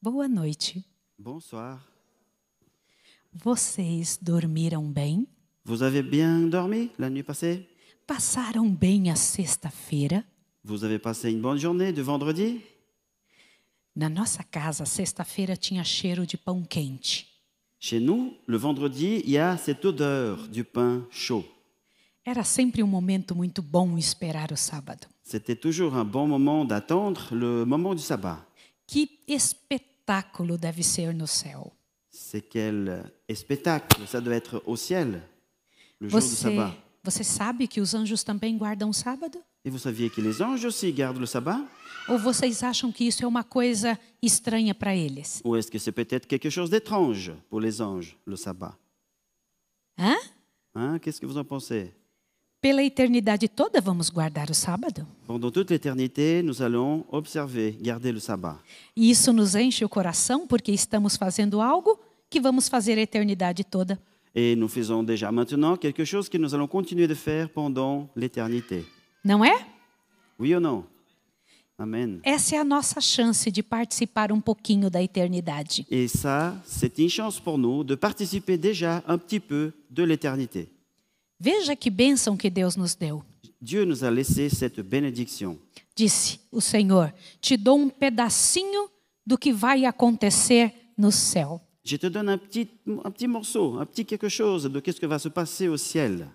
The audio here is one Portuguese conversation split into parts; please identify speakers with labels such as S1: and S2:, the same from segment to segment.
S1: Boa noite.
S2: Bonsoir.
S1: Vocês dormiram bem?
S2: Vous avez bien dormi la nuit passée
S1: Passaram bem a sexta-feira?
S2: Vous avez passé une bonne journée de vendredi
S1: Na nossa casa, sexta-feira tinha cheiro de pão quente.
S2: Chez nous, le vendredi, il y a cette odeur du pain chaud.
S1: Era sempre um momento muito bom esperar o sábado.
S2: C'était toujours un bon moment d'attendre le moment du sabbat.
S1: Que espetáculo deve ser no céu!
S2: C'est quel eh, spectacle Ça doit être au ciel, le jour du
S1: Você,
S2: sabbat.
S1: você sabe que os anjos também guardam o sábado?
S2: Et vous saviez que les anges aussi gardent le sabbat
S1: Ou vocês acham que isso é uma coisa estranha para eles?
S2: Ou est-ce que c'est peut-être quelque chose d'étrange pour les anges, le sabbat
S1: Hã?
S2: Hein, Qu'est-ce que vous en pensez
S1: Pela eternidade toda vamos guardar o sábado?
S2: Pendant toute l'éternité, nous allons observer, garder le sabbat.
S1: E isso nos enche o coração porque estamos fazendo algo que vamos fazer a eternidade toda.
S2: Et nous faisons déjà maintenant quelque chose que nous allons continuer de faire pendant l'éternité.
S1: Não é?
S2: Oui ou non Amen.
S1: Essa é a nossa chance de participar um pouquinho da eternidade.
S2: Et ça, c'est une chance pour nous de participer déjà un petit peu de l'éternité.
S1: Veja que bênção que Deus nos deu.
S2: Dieu nous a laissé cette bénédiction.
S1: Disse o Senhor: Te dou um pedacinho do que vai acontecer no céu.
S2: Je te donne un petit, un petit morceau, un petit quelque chose de qu'est-ce que va se passer au ciel.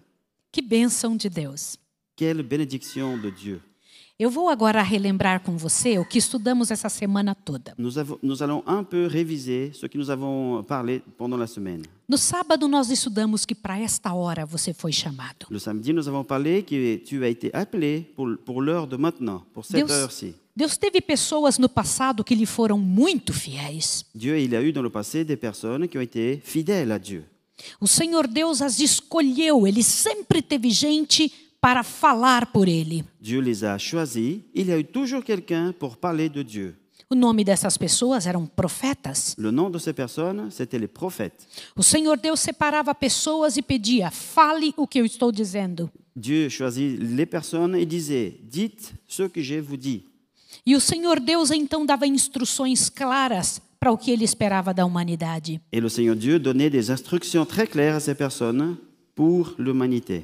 S1: Que bênção de Deus.
S2: Quelle bénédiction de Dieu.
S1: Eu vou agora relembrar com você o que estudamos essa semana toda.
S2: Nous, avons- nous allons un peu réviser ce que nous avons parlé pendant la semaine.
S1: No sábado, nós estudamos que para esta hora você foi chamado.
S2: Le samedi, nous avons parlé que tu as été appelé pour, pour l'heure de maintenant, pour cette
S1: Deus,
S2: heure-ci.
S1: Deus teve pessoas no passado que lhe foram muito fiéis.
S2: Dieu, il a eu dans le passé des personnes qui ont été fidèles à Dieu.
S1: O Senhor Deus as escolheu, ele sempre teve gente para falar por ele.
S2: Dieu les a choisis. Il y a eu toujours quelqu'un pour parler de Dieu.
S1: O nome dessas pessoas eram profetas.
S2: Le nom de ces personnes, c'était les prophètes.
S1: O Senhor Deus separava pessoas e pedia: fale o que eu estou dizendo.
S2: Dieu choisit les personnes et disait, dites ce que je vous dis.
S1: E o Senhor Deus então dava instruções claras para o que ele esperava da humanidade.
S2: Et le Seigneur Dieu donnait des instructions très claires à ces personnes pour l'humanité.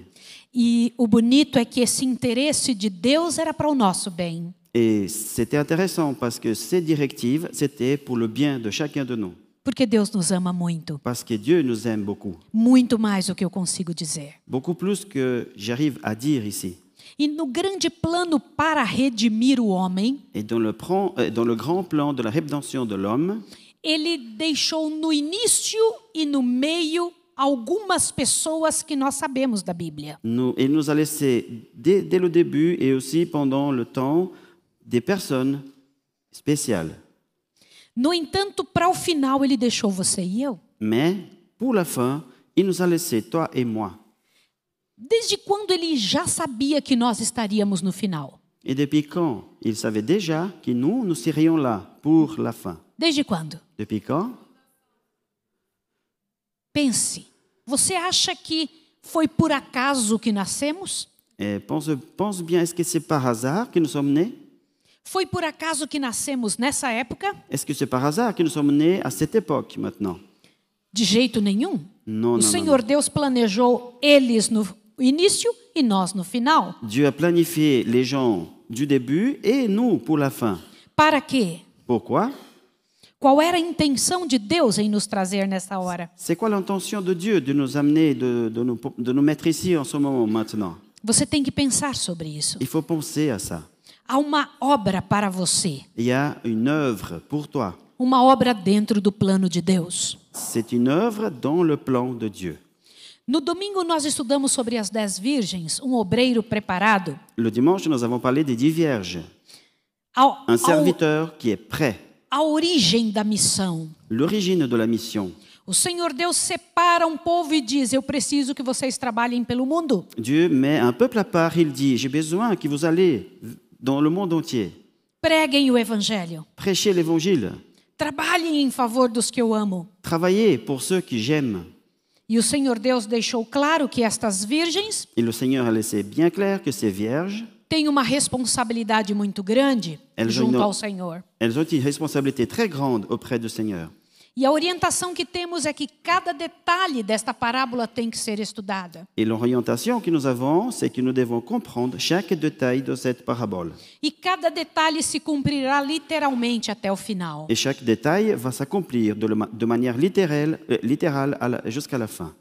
S1: E o bonito é que esse interesse de Deus era para o nosso bem.
S2: Et c'était intéressant parce que ces directives, c'était pour le bien de chacun de nous.
S1: Porque Deus nos ama muito,
S2: Parce que Dieu nous aime beaucoup.
S1: muito mais do que eu consigo dizer.
S2: Beaucoup plus que j'arrive à dire ici.
S1: E no grande plano para redimir o homem,
S2: Et dans le, pran- euh, dans le grand plan de la rédemption de l'homme,
S1: ele deixou no início e no meio algumas pessoas que nós sabemos da Bíblia.
S2: Nous- il nous a laissé dès, dès le début et aussi pendant le temps des personnes spéciales.
S1: No entanto, para o final, ele deixou você e eu.
S2: Mais pour la fin, il nous a laissé toi et moi.
S1: Desde quando ele já sabia que nós estaríamos no final?
S2: Et depuis quand Il savait déjà que nous, nous serions là pour la fin.
S1: Desde quando?
S2: Depuis quand
S1: Pense. Você acha que foi por acaso que nascemos?
S2: Et pense, pense bien, est-ce que c'est par hasard que nous sommes nés
S1: Foi por acaso que nascemos nessa época?
S2: Est-ce que c'est par hasard que nous sommes nés à cette époque maintenant
S1: De jeito nenhum.
S2: Non,
S1: o
S2: non, non,
S1: Senhor Deus planejou eles no início e nós no final.
S2: non. Dieu a planifié les gens du début et nous pour la fin.
S1: Para quê?
S2: Pourquoi
S1: Qual era a intenção de Deus em nos trazer nessa hora?
S2: C'est quoi l'intention de Dieu de nous amener, de, de nous, de nous mettre ici en ce moment maintenant
S1: Você tem que pensar sobre isso.
S2: Il faut penser à ça.
S1: Há uma obra para você,
S2: Il y a une œuvre pour toi.
S1: uma obra dentro do plano de Deus.
S2: C'est une œuvre dans le plan de Dieu.
S1: No domingo, nós estudamos sobre as dez virgens, um obreiro preparado.
S2: Le dimanche, nous avons parlé des dix vierges.
S1: Ao-
S2: Un
S1: ao-
S2: serviteur qui est prêt.
S1: a origem da missão.
S2: L'origine de la mission.
S1: O Senhor Deus separa um povo e diz: Eu preciso que vocês trabalhem pelo mundo.
S2: Dieu met un peuple à part. Il dit, j'ai besoin que vous allez dans le monde entier.
S1: Preguem o evangelho.
S2: Prêchez l'évangile.
S1: Trabalhem em favor dos que eu amo.
S2: Travaillez pour ceux que j'aime.
S1: E o Senhor Deus deixou claro que estas virgens
S2: Et le Seigneur a laissé bien clair que ces vierges
S1: têm uma responsabilidade muito grande
S2: Elas
S1: junto
S2: ainda-
S1: ao Senhor.
S2: Elles ont une responsabilité très grande auprès du Seigneur.
S1: E a orientação que temos é que cada detalhe desta parábola tem que ser estudada.
S2: Et l'orientation que nous avons, c'est que nous devons comprendre chaque détail de cette parabole.
S1: E cada detalhe se cumprirá literalmente até o final.
S2: Et chaque détail va s'accomplir de, le ma- de manière littérale, euh, littérale à la- jusqu'à la fin.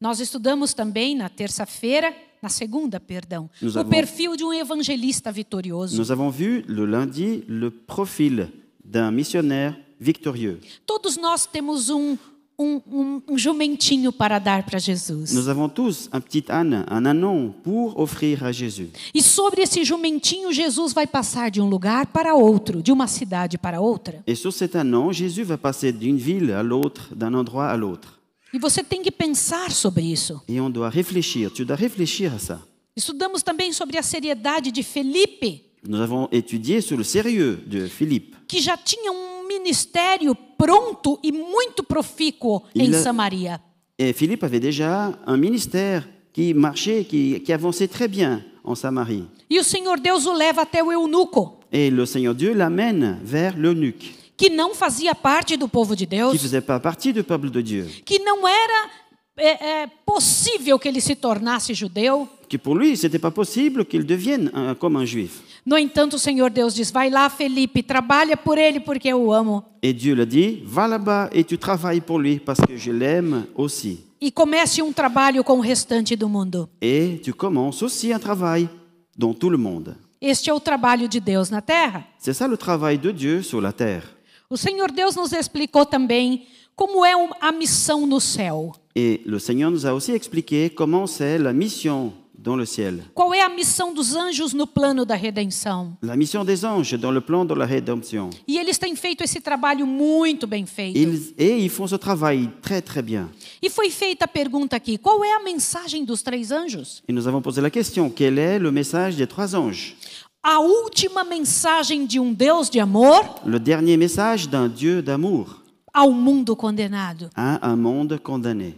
S1: Nós estudamos também na terça-feira, na segunda, perdão,
S2: Nos
S1: o
S2: avons-
S1: perfil de um evangelista vitorioso.
S2: Nous avons vu le lundi le profil d'un missionnaire victorieux.
S1: Todos nós temos um, um, um- um jumentinho para dar para Jesus.
S2: Nous avons tous un petit âne, un anon pour offrir à Jésus.
S1: E sobre esse jumentinho, Jesus vai passar de um lugar para outro, de uma cidade para outra.
S2: Et sur cet anon, Jésus va passer d'une ville à l'autre, d'un endroit à l'autre.
S1: E você tem que pensar sobre isso.
S2: Et on doit réfléchir, tu dois réfléchir à ça.
S1: Estudamos também sobre a seriedade de Felipe,
S2: Nous avons étudié sur le sérieux de Philippe.
S1: que já tinha um ministério pronto e muito profícuo
S2: E
S1: em
S2: lá-
S1: Samaria.
S2: Et Philippe avait déjà un ministère qui marchait, qui, qui avançait très bien en Samarie.
S1: E o Senhor Deus o leva até o eunuco,
S2: Et le Seigneur Dieu l'amène vers l'eunuque,
S1: que não fazia parte do povo de
S2: qui ne
S1: Deus,
S2: faisait pas partie du peuple de Dieu.
S1: que não era é, é, possível que ele se tornasse judeu.
S2: Que pour lui, ce n'était pas possible qu'il devienne un- comme un juif.
S1: No entanto, o Senhor Deus diz: Vai lá, Felipe, trabalha por ele porque eu o amo.
S2: Et Dieu l'a dit, va là-bas et tu travailles pour lui parce que je l'aime aussi.
S1: E comece um trabalho com o restante do mundo.
S2: Et tu commences aussi un travail dans tout le monde.
S1: Este é o trabalho de Deus na terra.
S2: C'est ça le travail de Dieu sur la terre.
S1: O Senhor Deus nos explicou também como é um- a missão no céu.
S2: Et le Seigneur nous a aussi expliqué comment c'est la mission dans le ciel.
S1: Qual é a missão dos anjos no plano da redenção?
S2: La mission des anges dans le plan de la rédemption.
S1: E eles têm feito esse trabalho muito bem feito.
S2: Ils- et ils font ce travail très très bien.
S1: E foi feita a pergunta aqui: qual é a mensagem dos três anjos?
S2: Et nous avons posé la question, quel est le message des trois anges
S1: A última mensagem de um Deus de amor
S2: Le dernier message d'un Dieu d'amour
S1: ao mundo condenado.
S2: à un monde condamné.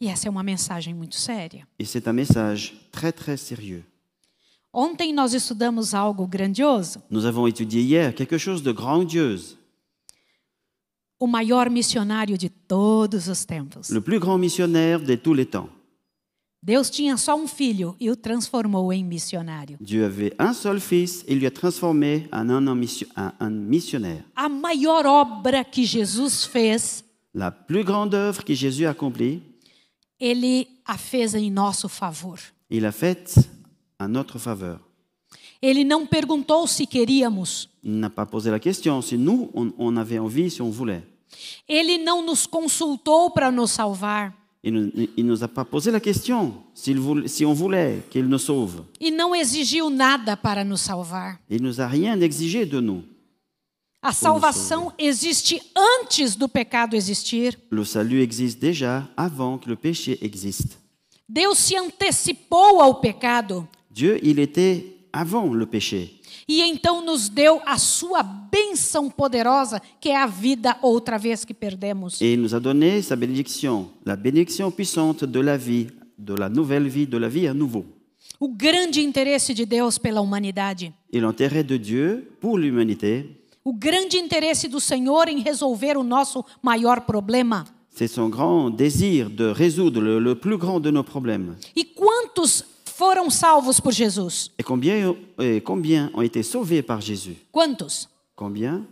S1: E essa é uma mensagem muito séria.
S2: Et c'est un message très très sérieux.
S1: Ontem nós estudamos algo grandioso.
S2: Nous avons étudié hier quelque chose de grandiose,
S1: O maior missionário de todos os tempos.
S2: le plus grand missionnaire de tous les temps.
S1: Deus tinha só um filho e o transformou em missionário.
S2: Dieu avait un seul fils et il lui a transformé en un, homme mission- en un missionnaire.
S1: A maior obra que Jesus fez,
S2: La plus grande œuvre que Jésus a accomplie,
S1: ele a fez em nosso favor.
S2: il l'a faite à notre faveur.
S1: Ele não perguntou se queríamos.
S2: Il n'a pas posé la question si nous, on, on avait envie, si on voulait.
S1: Ele não nos consultou para nos salvar.
S2: Il ne il nous a pas posé la question s'il voulait- si on voulait qu'il nous sauve.
S1: E não exigiu nada para nos salvar.
S2: Il nous a rien exigé de nous.
S1: A salvação existe antes do pecado existir.
S2: Le salut existe déjà avant que le péché existe.
S1: Deus se antecipou ao pecado
S2: Dieu, il était avant le péché.
S1: e então nos deu a sua bênção poderosa, que é a vida outra vez que perdemos.
S2: Et il nous a donné sa bénédiction, la bénédiction puissante de la vie, de la nouvelle vie, de la vie à nouveau.
S1: O grande interesse de Deus pela humanidade.
S2: Et l'intérêt de Dieu pour l'humanité,
S1: O grande interesse do Senhor em resolver o nosso maior problema.
S2: c'est son grand désir de résoudre le, le plus grand de nos problèmes.
S1: E quantos foram salvos por Jesus?
S2: Et combien, et combien ont été sauvés par Jésus
S1: Quantos?
S2: Combien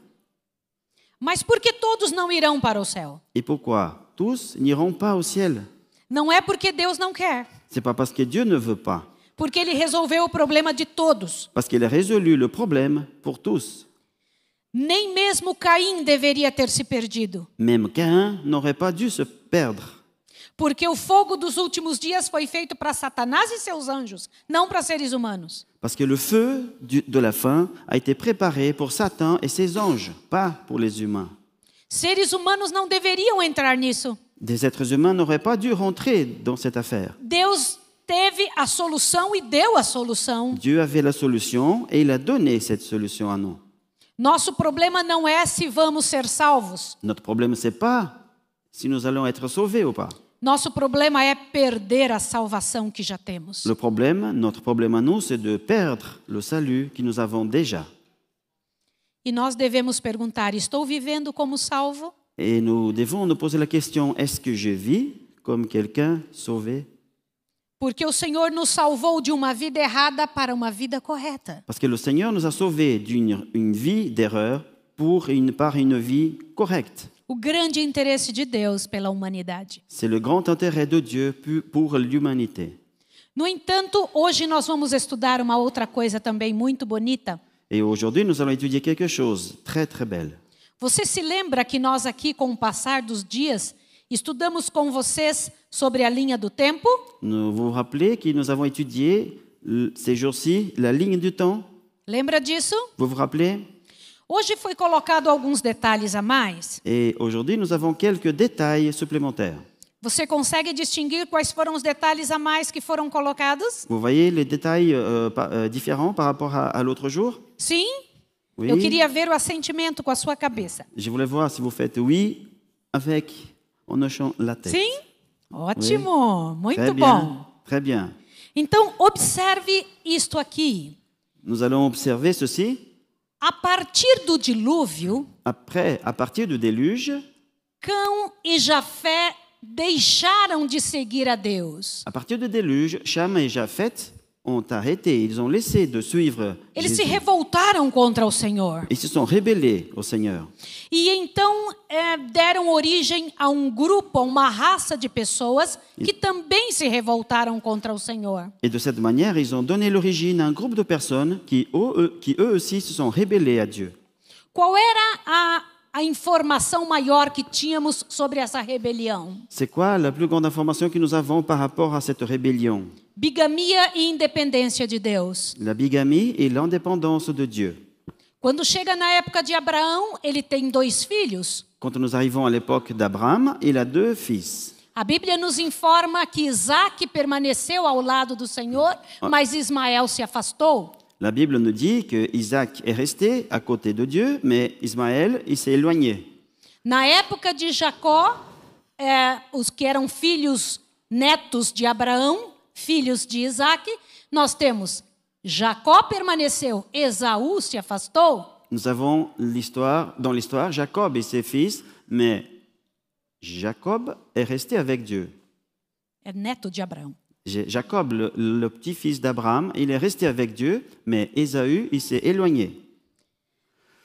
S1: Mas por que todos não irão para o céu?
S2: Et pourquoi Tous n'iront pas au ciel.
S1: Não é porque Deus não quer,
S2: C'est pas parce que Dieu ne veut pas,
S1: porque Ele resolveu o problema de todos.
S2: parce qu'il a résolu le problème pour tous.
S1: Nem mesmo Caim deveria ter se perdido,
S2: Même Caïn n'aurait pas dû se perdre,
S1: porque o fogo dos últimos dias foi feito para Satanás e seus anjos, não para seres humanos.
S2: parce que le feu du- de la fin a été préparé pour Satan et ses anges, pas pour les humains.
S1: Seres humanos não deveriam entrar nisso.
S2: Des êtres humains n'auraient pas dû rentrer dans cette affaire.
S1: Deus teve a solução e deu a solução.
S2: Dieu avait la solution et il a donné cette solution à nous.
S1: Nosso problema não é se vamos ser salvos.
S2: Notre problème, c'est pas si nous allons être sauvés ou pas.
S1: Nosso problema é perder a salvação que já temos.
S2: Le problème, notre problème à nous, c'est de perdre le salut que nous avons déjà.
S1: E nós devemos perguntar: estou vivendo como salvo?
S2: Et nous devons nous poser la question, est-ce que je vis comme quelqu'un sauvé
S1: Porque o Senhor nos salvou de uma vida errada para uma vida correta.
S2: Parce que le Seigneur nous a sauvés d'une une vie d'erreur pour une, par une vie correcte.
S1: O grande interesse de Deus pela humanidade.
S2: C'est le grand intérêt de Dieu pu- pour l'humanité.
S1: No entanto, hoje nós vamos estudar uma outra coisa também muito bonita.
S2: Et aujourd'hui, nous allons étudier quelque chose de très très belle.
S1: Você se lembra que nós aqui, com o passar dos dias, estudamos com vocês sobre a linha do tempo?
S2: Nous vous vous rappelez que nous avons étudié l- ces jours-ci la ligne du temps
S1: Lembra disso?
S2: Vous vous rappelez
S1: Hoje foi colocado alguns detalhes a mais.
S2: Et aujourd'hui, nous avons quelques détails supplémentaires.
S1: Você consegue distinguir quais foram os detalhes a mais que foram colocados?
S2: Vous voyez les détails euh, pa- euh, différents par rapport à, à l'autre jour
S1: Sim?
S2: Oui.
S1: Eu queria ver o assentimento com a sua cabeça.
S2: Je voulais voir si vous faites oui avec en hochant la tête.
S1: Sim? Ótimo,
S2: Très
S1: muito bom.
S2: bien. Très bien.
S1: Então, observe isto aqui.
S2: Nous allons observer ceci.
S1: A partir do dilúvio,
S2: Après, à partir du déluge,
S1: Cão e Jafé deixaram de seguir a Deus.
S2: à partir du déluge, Cham et Japheth ont arrêté. Ils ont laissé de suivre.
S1: Eles
S2: Jésus.
S1: se revoltaram contra o Senhor.
S2: Ils se sont rébellés au Seigneur.
S1: E então eh, deram origem a um grupo, a uma raça de pessoas que também se revoltaram contra o Senhor.
S2: Et de cette manière, ils ont donné l'origine à un groupe de personnes qui, eux, eux- qui eux aussi se sont rébellés à Dieu.
S1: Qual era a, a informação maior que tínhamos sobre essa rebelião?
S2: C'est quoi la plus grande information que nous avons par rapport à cette rébellion
S1: Bigamia e independência de Deus.
S2: La bigamie et l'indépendance de Dieu.
S1: Quando chega na época de Abraão, ele tem dois filhos.
S2: Quand nous arrivons à l'époque d'Abraham, il a deux fils.
S1: A Bíblia nos informa que Isaac permaneceu ao lado do Senhor, mas Ismael se afastou.
S2: La Bible nous dit que Isaac est resté à côté de Dieu, mais Ismaël, il s'est éloigné.
S1: Na época de Jacó, eh, os que eram filhos netos de Abraão, filhos de Isaac, nós temos Jacó permaneceu, Esaú se afastou.
S2: Nous avons l'histoire, dans l'histoire, Jacob et ses fils, mais Jacob est resté avec Dieu.
S1: É neto de Abraão.
S2: J'ai- Jacob, le, le petit-fils d'Abraham, il est resté avec Dieu, mais Ésaü, il s'est éloigné.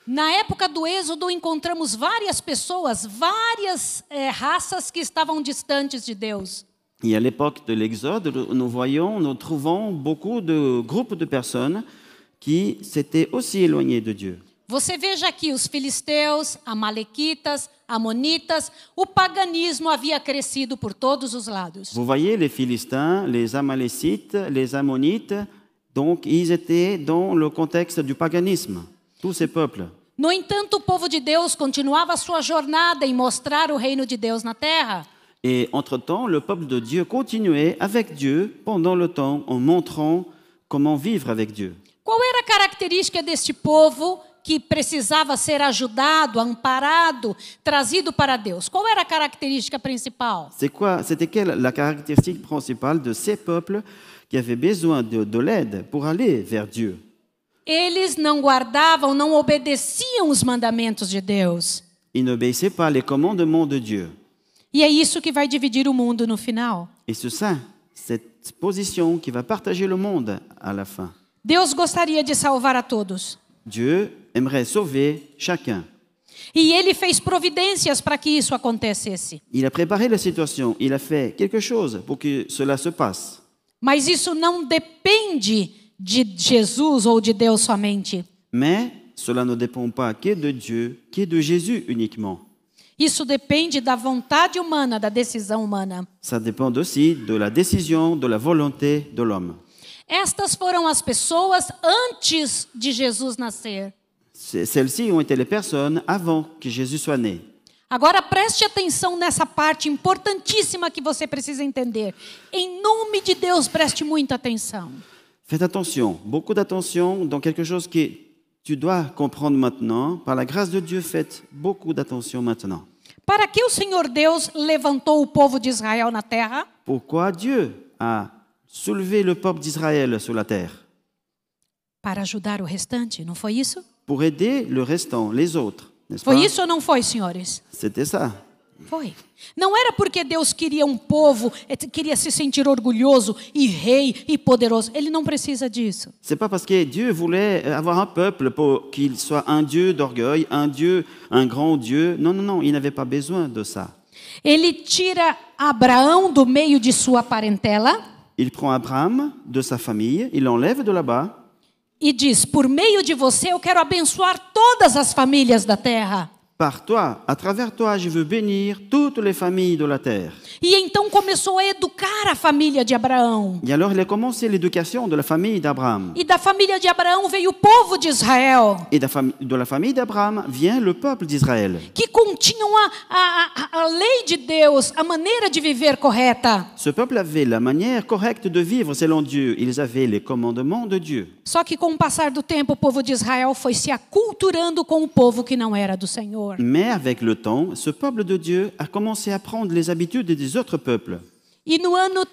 S1: Na época do Êxodo, encontramos várias pessoas, várias eh, raças que estavam distantes de Deus.
S2: Et à l'époque de l'Exode, nous- nous voyons, nous trouvons beaucoup de groupes de personnes qui s'étaient aussi éloignées de Dieu.
S1: Você veja aqui os filisteus, amalequitas, amonitas, o paganismo havia crescido por todos os lados.
S2: Vous voyez les Philistins, les Amalécites, les Ammonites, donc ils étaient dans le contexte du paganisme, tous ces peuples.
S1: No entanto, o povo de Deus continuava sua jornada em mostrar o reino de Deus na terra.
S2: Et entre-temps, le peuple de Dieu continuait avec Dieu pendant le temps en montrant comment vivre avec Dieu.
S1: Qual era a característica deste povo que precisava ser ajudado, amparado, trazido para Deus? Qual era a característica principal?
S2: C'est quoi C'était quelle la caractéristique principale de ces peuples qui avaient besoin de, de l'aide pour aller vers Dieu
S1: Eles não guardavam, não obedeciam os mandamentos de Deus.
S2: Ils n'obéissaient pas les commandements de Dieu.
S1: E é isso que vai dividir o mundo no final.
S2: Et c'est ça, cette position qui va partager le monde à la fin.
S1: Deus gostaria de salvar a todos.
S2: Dieu aimerait sauver chacun.
S1: E ele fez providências para que isso acontecesse.
S2: Il a préparé la situation, il a fait quelque chose pour que cela se passe.
S1: Mas isso não depende de Jesus ou de Deus somente.
S2: Mais cela ne dépend pas que de Dieu, que de Jésus uniquement.
S1: Isso depende da vontade humana, da decisão humana.
S2: Ça dépend aussi de la décision, de la volonté de l'homme.
S1: Estas foram as pessoas antes de Jesus nascer.
S2: C'est- Celles-ci ont été les personnes avant que Jésus soit né.
S1: Agora preste atenção nessa parte importantíssima que você precisa entender. Em nome de Deus, preste muita atenção.
S2: Faites attention, beaucoup d'attention dans quelque chose que tu dois comprendre maintenant. Par la grâce de Dieu, faites beaucoup d'attention maintenant.
S1: Para que o Senhor Deus levantou o povo de Israel na terra?
S2: Pourquoi Dieu a soulevé le peuple d'Israël sur la terre
S1: Para ajudar o restante, não foi isso?
S2: Pour aider le restant, les autres, n'est-ce
S1: Foi
S2: pas
S1: isso ou não foi, senhores?
S2: C'était ça.
S1: Foi. Não era porque Deus queria um povo, eh, queria se sentir orgulhoso e rei e poderoso. Ele não precisa disso.
S2: C'est pas parce que Dieu voulait avoir un peuple pour qu'il soit un Dieu d'orgueil, un Dieu, un grand Dieu. Non, non, non, il n'avait pas besoin de ça.
S1: Ele tira Abraão do meio de sua parentela
S2: Il prend Abraham de sa famille, il l'enlève de là-bas.
S1: e diz: Por meio de você eu quero abençoar todas as famílias da terra.
S2: Par toi, à travers toi, je veux bénir toutes les familles de la terre.
S1: E então começou a educar a família de Abraão.
S2: Et alors, il a commencé l'éducation de la famille d'Abraham.
S1: E da família de Abraão veio o povo de Israel,
S2: Et de la fam- de la famille d'Abraham vient le peuple d'Israël.
S1: que continham a, a, a- a lei de Deus, a maneira de viver correta.
S2: Ce peuple avait la manière correcte de vivre selon Dieu. Ils avaient les commandements de Dieu.
S1: Só que com o passar do tempo, o povo de Israel foi se aculturando com o povo que não era do Senhor.
S2: Mais avec le temps, ce peuple de Dieu a commencé à prendre les habitudes des autres peuples.
S1: E no ano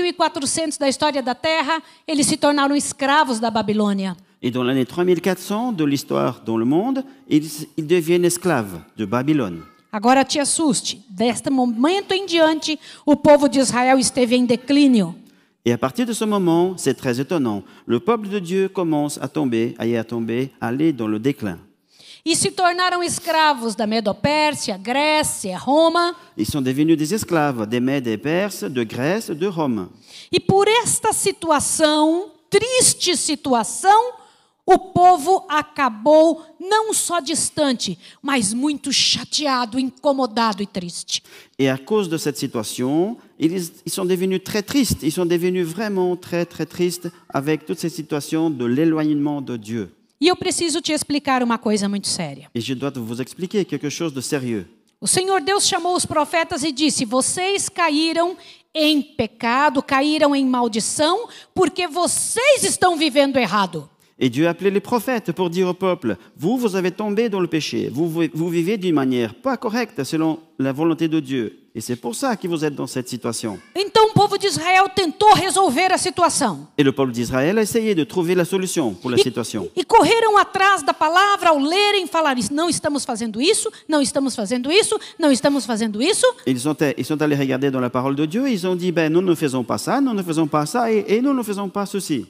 S1: 3400 da história da terra, eles se tornaram escravos da Babilônia.
S2: Et dans l'année 3400 de l'histoire dans le monde, ils, ils deviennent esclaves de Babylone.
S1: Agora te assuste, deste momento em diante, o povo de Israel esteve em declínio.
S2: Et à partir de ce moment, c'est très étonnant, le peuple de Dieu commence à tomber, à y à tomber, à aller dans le déclin.
S1: E se tornaram escravos da Medopérsia, Grécia, Roma.
S2: Ils sont devenus des esclaves des Mèdes et Perses, de Grèce, de Rome.
S1: E por esta situação, triste situação, o povo acabou não só distante, mas muito chateado, incomodado e triste.
S2: Et à cause de cette situation, ils, ils sont devenus très tristes. Ils sont devenus vraiment très, très tristes avec toute cette situation de l'éloignement de Dieu.
S1: E eu preciso te explicar uma coisa muito séria.
S2: Et je dois vous expliquer quelque chose de sérieux.
S1: O Senhor Deus chamou os profetas e disse: Vocês caíram em pecado, caíram em maldição, porque vocês estão vivendo errado.
S2: Et Dieu a appelé les prophètes pour dire au peuple, vous, vous avez tombé dans le péché, vous, vous, vous vivez d'une manière pas correcte selon la volonté de Dieu. Et c'est pour ça que vous êtes dans cette situation.
S1: Então o povo de Israel tentou resolver a situação.
S2: Et le peuple d'Israël a essayé de trouver la solution pour la situation.
S1: E, e correram atrás da palavra ao lerem falar isso. Não estamos fazendo isso, não estamos fazendo isso, não estamos fazendo isso.
S2: Ils sont, ils sont allés regarder dans la parole de Dieu, ils ont dit, ben, nous ne faisons pas ça, nous ne faisons pas ça, et, et nous ne faisons pas ceci.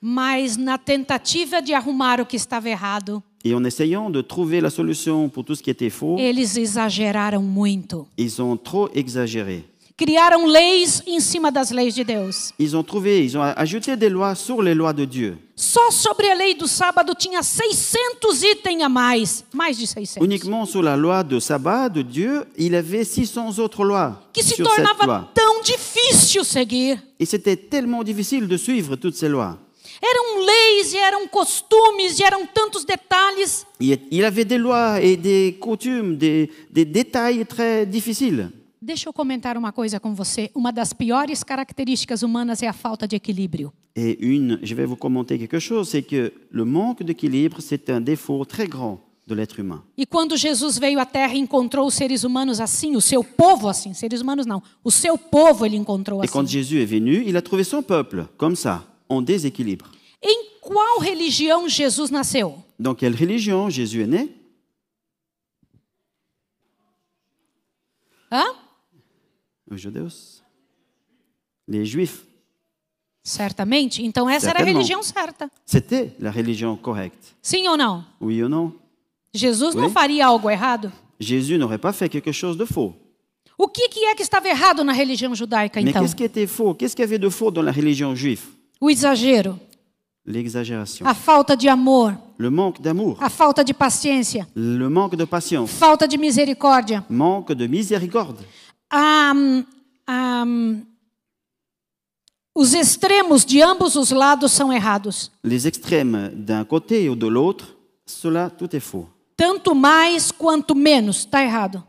S1: Mas na tentativa de arrumar o que estava errado,
S2: Et en essayant de trouver la solution pour tout ce qui était faux,
S1: eles exageraram muito.
S2: ils ont trop exagéré.
S1: Criaram leis em cima das leis de Deus.
S2: Ils ont trouvé, ils ont ajouté des lois sur les lois de Dieu.
S1: Só sobre a lei do sábado tinha 600 itens a mais, mais de 600.
S2: Uniquement sur la loi de sabbat de Dieu, il avait 600 autres lois
S1: Que se
S2: sur cette
S1: tornava
S2: loi.
S1: tão difícil seguir.
S2: Et c'était tellement difficile de suivre toutes ces lois.
S1: Eram leis, e eram costumes, e eram tantos detalhes.
S2: Il il avait des lois et des coutumes, des, des détails très difficiles.
S1: Deixa eu comentar uma coisa com você. Uma das piores características humanas é a falta de equilíbrio.
S2: Et une, je vais vous commenter quelque chose, c'est que le manque d'équilibre, c'est un défaut très grand de l'être humain.
S1: E quando Jesus veio à Terra e encontrou os seres humanos assim, o seu povo assim, seres humanos não, o seu povo ele encontrou
S2: Et quand
S1: assim.
S2: Jésus est venu, il a trouvé son peuple, comme ça, en déséquilibre.
S1: Em qual religião Jesus nasceu?
S2: Dans quelle religion Jésus est né
S1: Hã?
S2: Aux Judeos. Les Juifs.
S1: Certamente. Então essa era a
S2: Certamente.
S1: religião certa.
S2: C'était la religion correcte.
S1: Sim ou não?
S2: Oui ou non
S1: Jesus não
S2: Oi?
S1: faria algo errado?
S2: Jésus n'aurait pas fait quelque chose de faux.
S1: O que, que é que estava errado na religião judaica
S2: Mais
S1: então?
S2: qu'est-ce qui était faux Qu'est-ce qu'il y avait de faux dans la religion juive
S1: O exagero,
S2: L'exagération,
S1: a falta de amor,
S2: le manque d'amour,
S1: a falta de paciência,
S2: le manque de patience,
S1: falta de misericórdia.
S2: manque de miséricorde,
S1: Ahm, ahm, os extremos de ambos os lados são errados.
S2: les extrêmes d'un côté ou de l'autre, cela tout est faux.
S1: Tanto mais quanto menos, está errado.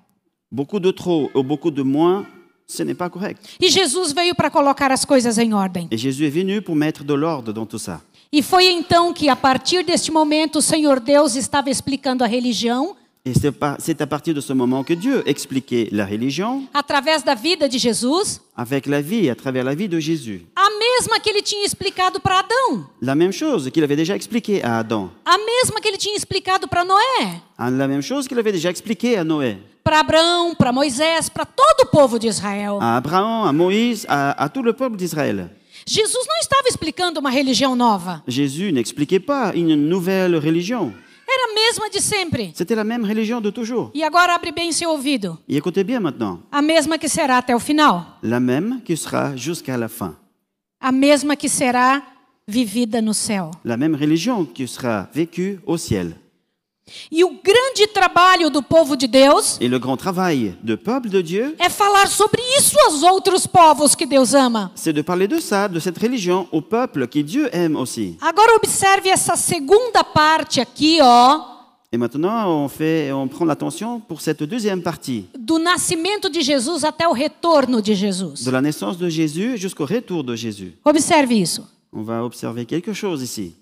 S2: Beaucoup de trop ou beaucoup de moins, ce n'est pas correct.
S1: E Jesus veio para colocar as coisas em ordem.
S2: Et Jésus est venu pour mettre de l'ordre dans tout ça.
S1: E foi então que, a partir deste momento, o Senhor Deus estava explicando a religião
S2: Et c'est par- c'est à partir de ce moment que Dieu expliquait la religion
S1: através da vida de Jesus,
S2: avec la vie, à travers la vie de Jésus.
S1: a mesma que ele tinha explicado para Adão,
S2: La même chose qu'il avait déjà expliqué à Adam,
S1: a mesma que ele tinha explicado para Noé,
S2: Hein, la même chose qu'il avait déjà expliqué à Noé,
S1: para Abraão, para Moisés, para todo o povo de Israel.
S2: à Abraham, à Moïse, à, à tout le peuple d'Israël.
S1: Jesus não estava explicando uma religião nova.
S2: Jésus n'expliquait pas une nouvelle religion.
S1: Era a mesma de sempre.
S2: C'était la même religion de toujours.
S1: E agora abre bem seu ouvido.
S2: Et écoutez bien maintenant,
S1: A mesma que será até o final.
S2: la même qui sera jusqu'à la fin.
S1: A mesma que será vivida no céu.
S2: La même religion qui sera vécue au ciel.
S1: E o grande trabalho do povo de Deus
S2: Et le grand travail de peuple de Dieu,
S1: é falar sobre isso aos outros povos que Deus ama.
S2: c'est de parler de ça, de cette religion, au peuple qui Dieu aime aussi.
S1: Agora observe essa segunda parte aqui, ó,
S2: Et maintenant, on, fait, on prend l'attention pour cette deuxième partie.
S1: do nascimento de Jesus até o retorno de Jesus.
S2: de la naissance de Jésus jusqu'au retour de Jésus.
S1: Observe isso.
S2: On va observer quelque chose ici.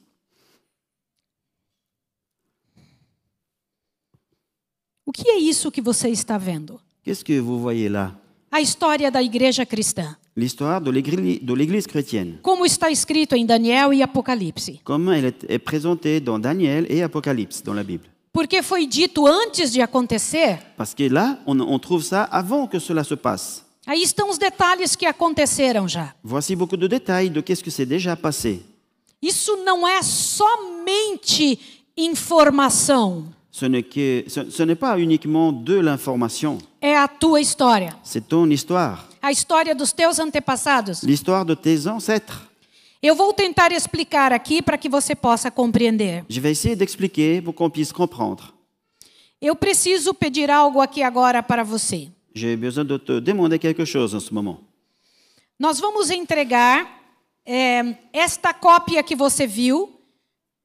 S1: O que é isso que você está vendo?
S2: Qu'est-ce que vous voyez là
S1: A história da igreja cristã.
S2: L'histoire de l'égri- de l'Église chrétienne,
S1: Como está escrito em Daniel e Apocalipse.
S2: comme elle est est présentée dans Daniel et Apocalypse dans la Bible.
S1: Porque foi dito antes de acontecer.
S2: Parce que là, on, on trouve ça avant que cela se passe.
S1: Aí estão os detalhes que aconteceram já.
S2: Voici beaucoup de détails de qu'est-ce que s'est déjà passé.
S1: Isso não é somente informação,
S2: Ce n'est que- ce- ce n'est pas uniquement de l'information,
S1: é a tua história,
S2: c'est ton histoire,
S1: a história dos teus antepassados.
S2: l'histoire de tes ancêtres.
S1: Eu vou tentar explicar aqui para que você possa compreender.
S2: Je vais essayer d'expliquer pour qu'on puisse comprendre.
S1: Eu preciso pedir algo aqui agora para você.
S2: J'ai besoin de te demander quelque chose en ce moment.
S1: Nós vamos entregar eh, esta cópia que você viu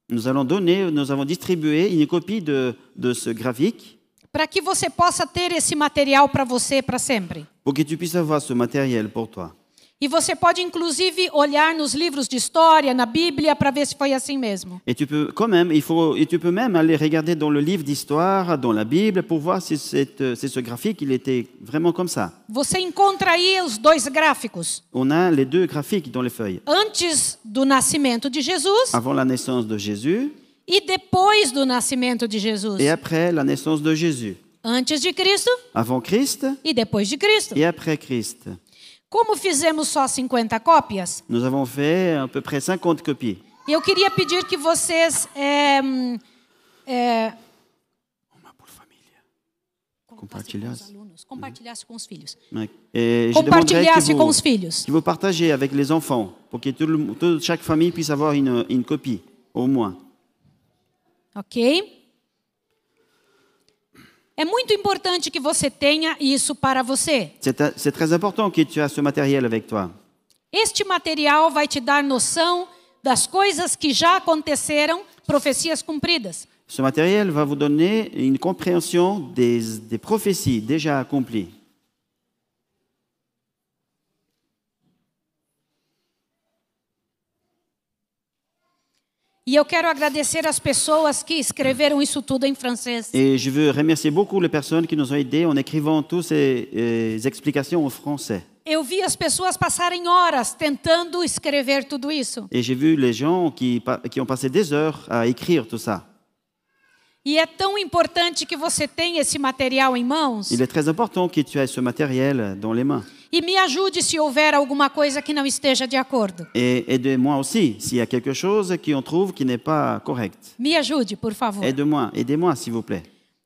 S2: Nous allons donner, nous avons distribué une copie de, de ce graphique
S1: para que você possa ter esse material para você para sempre.
S2: pour que tu puisses avoir ce matériel pour toi.
S1: E você pode, inclusive, olhar nos livros de história, na Bíblia, para ver se foi assim mesmo.
S2: Et tu peux quand même, il faut, et tu peux même aller regarder dans le livre d'histoire, dans la Bible, pour voir si, cette- si ce graphique il était vraiment comme ça.
S1: Você encontra aí os dois gráficos.
S2: On a les deux graphiques dans les feuilles,
S1: Antes do nascimento de Jesus
S2: avant la naissance de Jésus
S1: e depois do nascimento de Jesus.
S2: et après la naissance de Jésus,
S1: Antes de Cristo
S2: avant Christ
S1: e depois de Cristo.
S2: et après Christ.
S1: Como fizemos só 50 cópias,
S2: Nous avons fait à peu près 50 copies.
S1: eu queria pedir que vocês. é, hum, é,
S2: Compartilhasse.
S1: com os alunos, compartilhasse com os filhos.
S2: Et je demanderais é que
S1: Compartilhasse
S2: vous-
S1: com os filhos.
S2: que vous partagez avec les enfants, pour que tout le- tout- chaque famille puisse avoir une, une copie, au moins.
S1: Ok? É muito importante que você tenha isso para você.
S2: C'est ta- c'est très important que tu as ce matériel avec toi.
S1: Este material vai te dar noção das coisas que já aconteceram, profecias cumpridas.
S2: Ce matériel va vous donner une compréhension des, des prophéties déjà accomplies.
S1: E eu quero agradecer as pessoas que escreveram isso tudo em francês.
S2: Et je veux remercier beaucoup les personnes qui nous ont aidés en écrivant toutes ces euh, explications en français.
S1: Eu vi as pessoas passarem horas tentando escrever tudo isso.
S2: Et j'ai vu les gens qui, pa- qui ont passé des heures à écrire tout ça.
S1: E é tão importante que você tenha esse material em mãos.
S2: Il est très important que tu aies ce matériel dans les mains.
S1: E me ajude se houver alguma coisa que não esteja de acordo.
S2: Et aidez-moi aussi s'il y a quelque chose qu'on trouve qui n'est pas correct.
S1: Me ajude, por favor.
S2: Aide-moi, aidez-moi s'il vous plaît.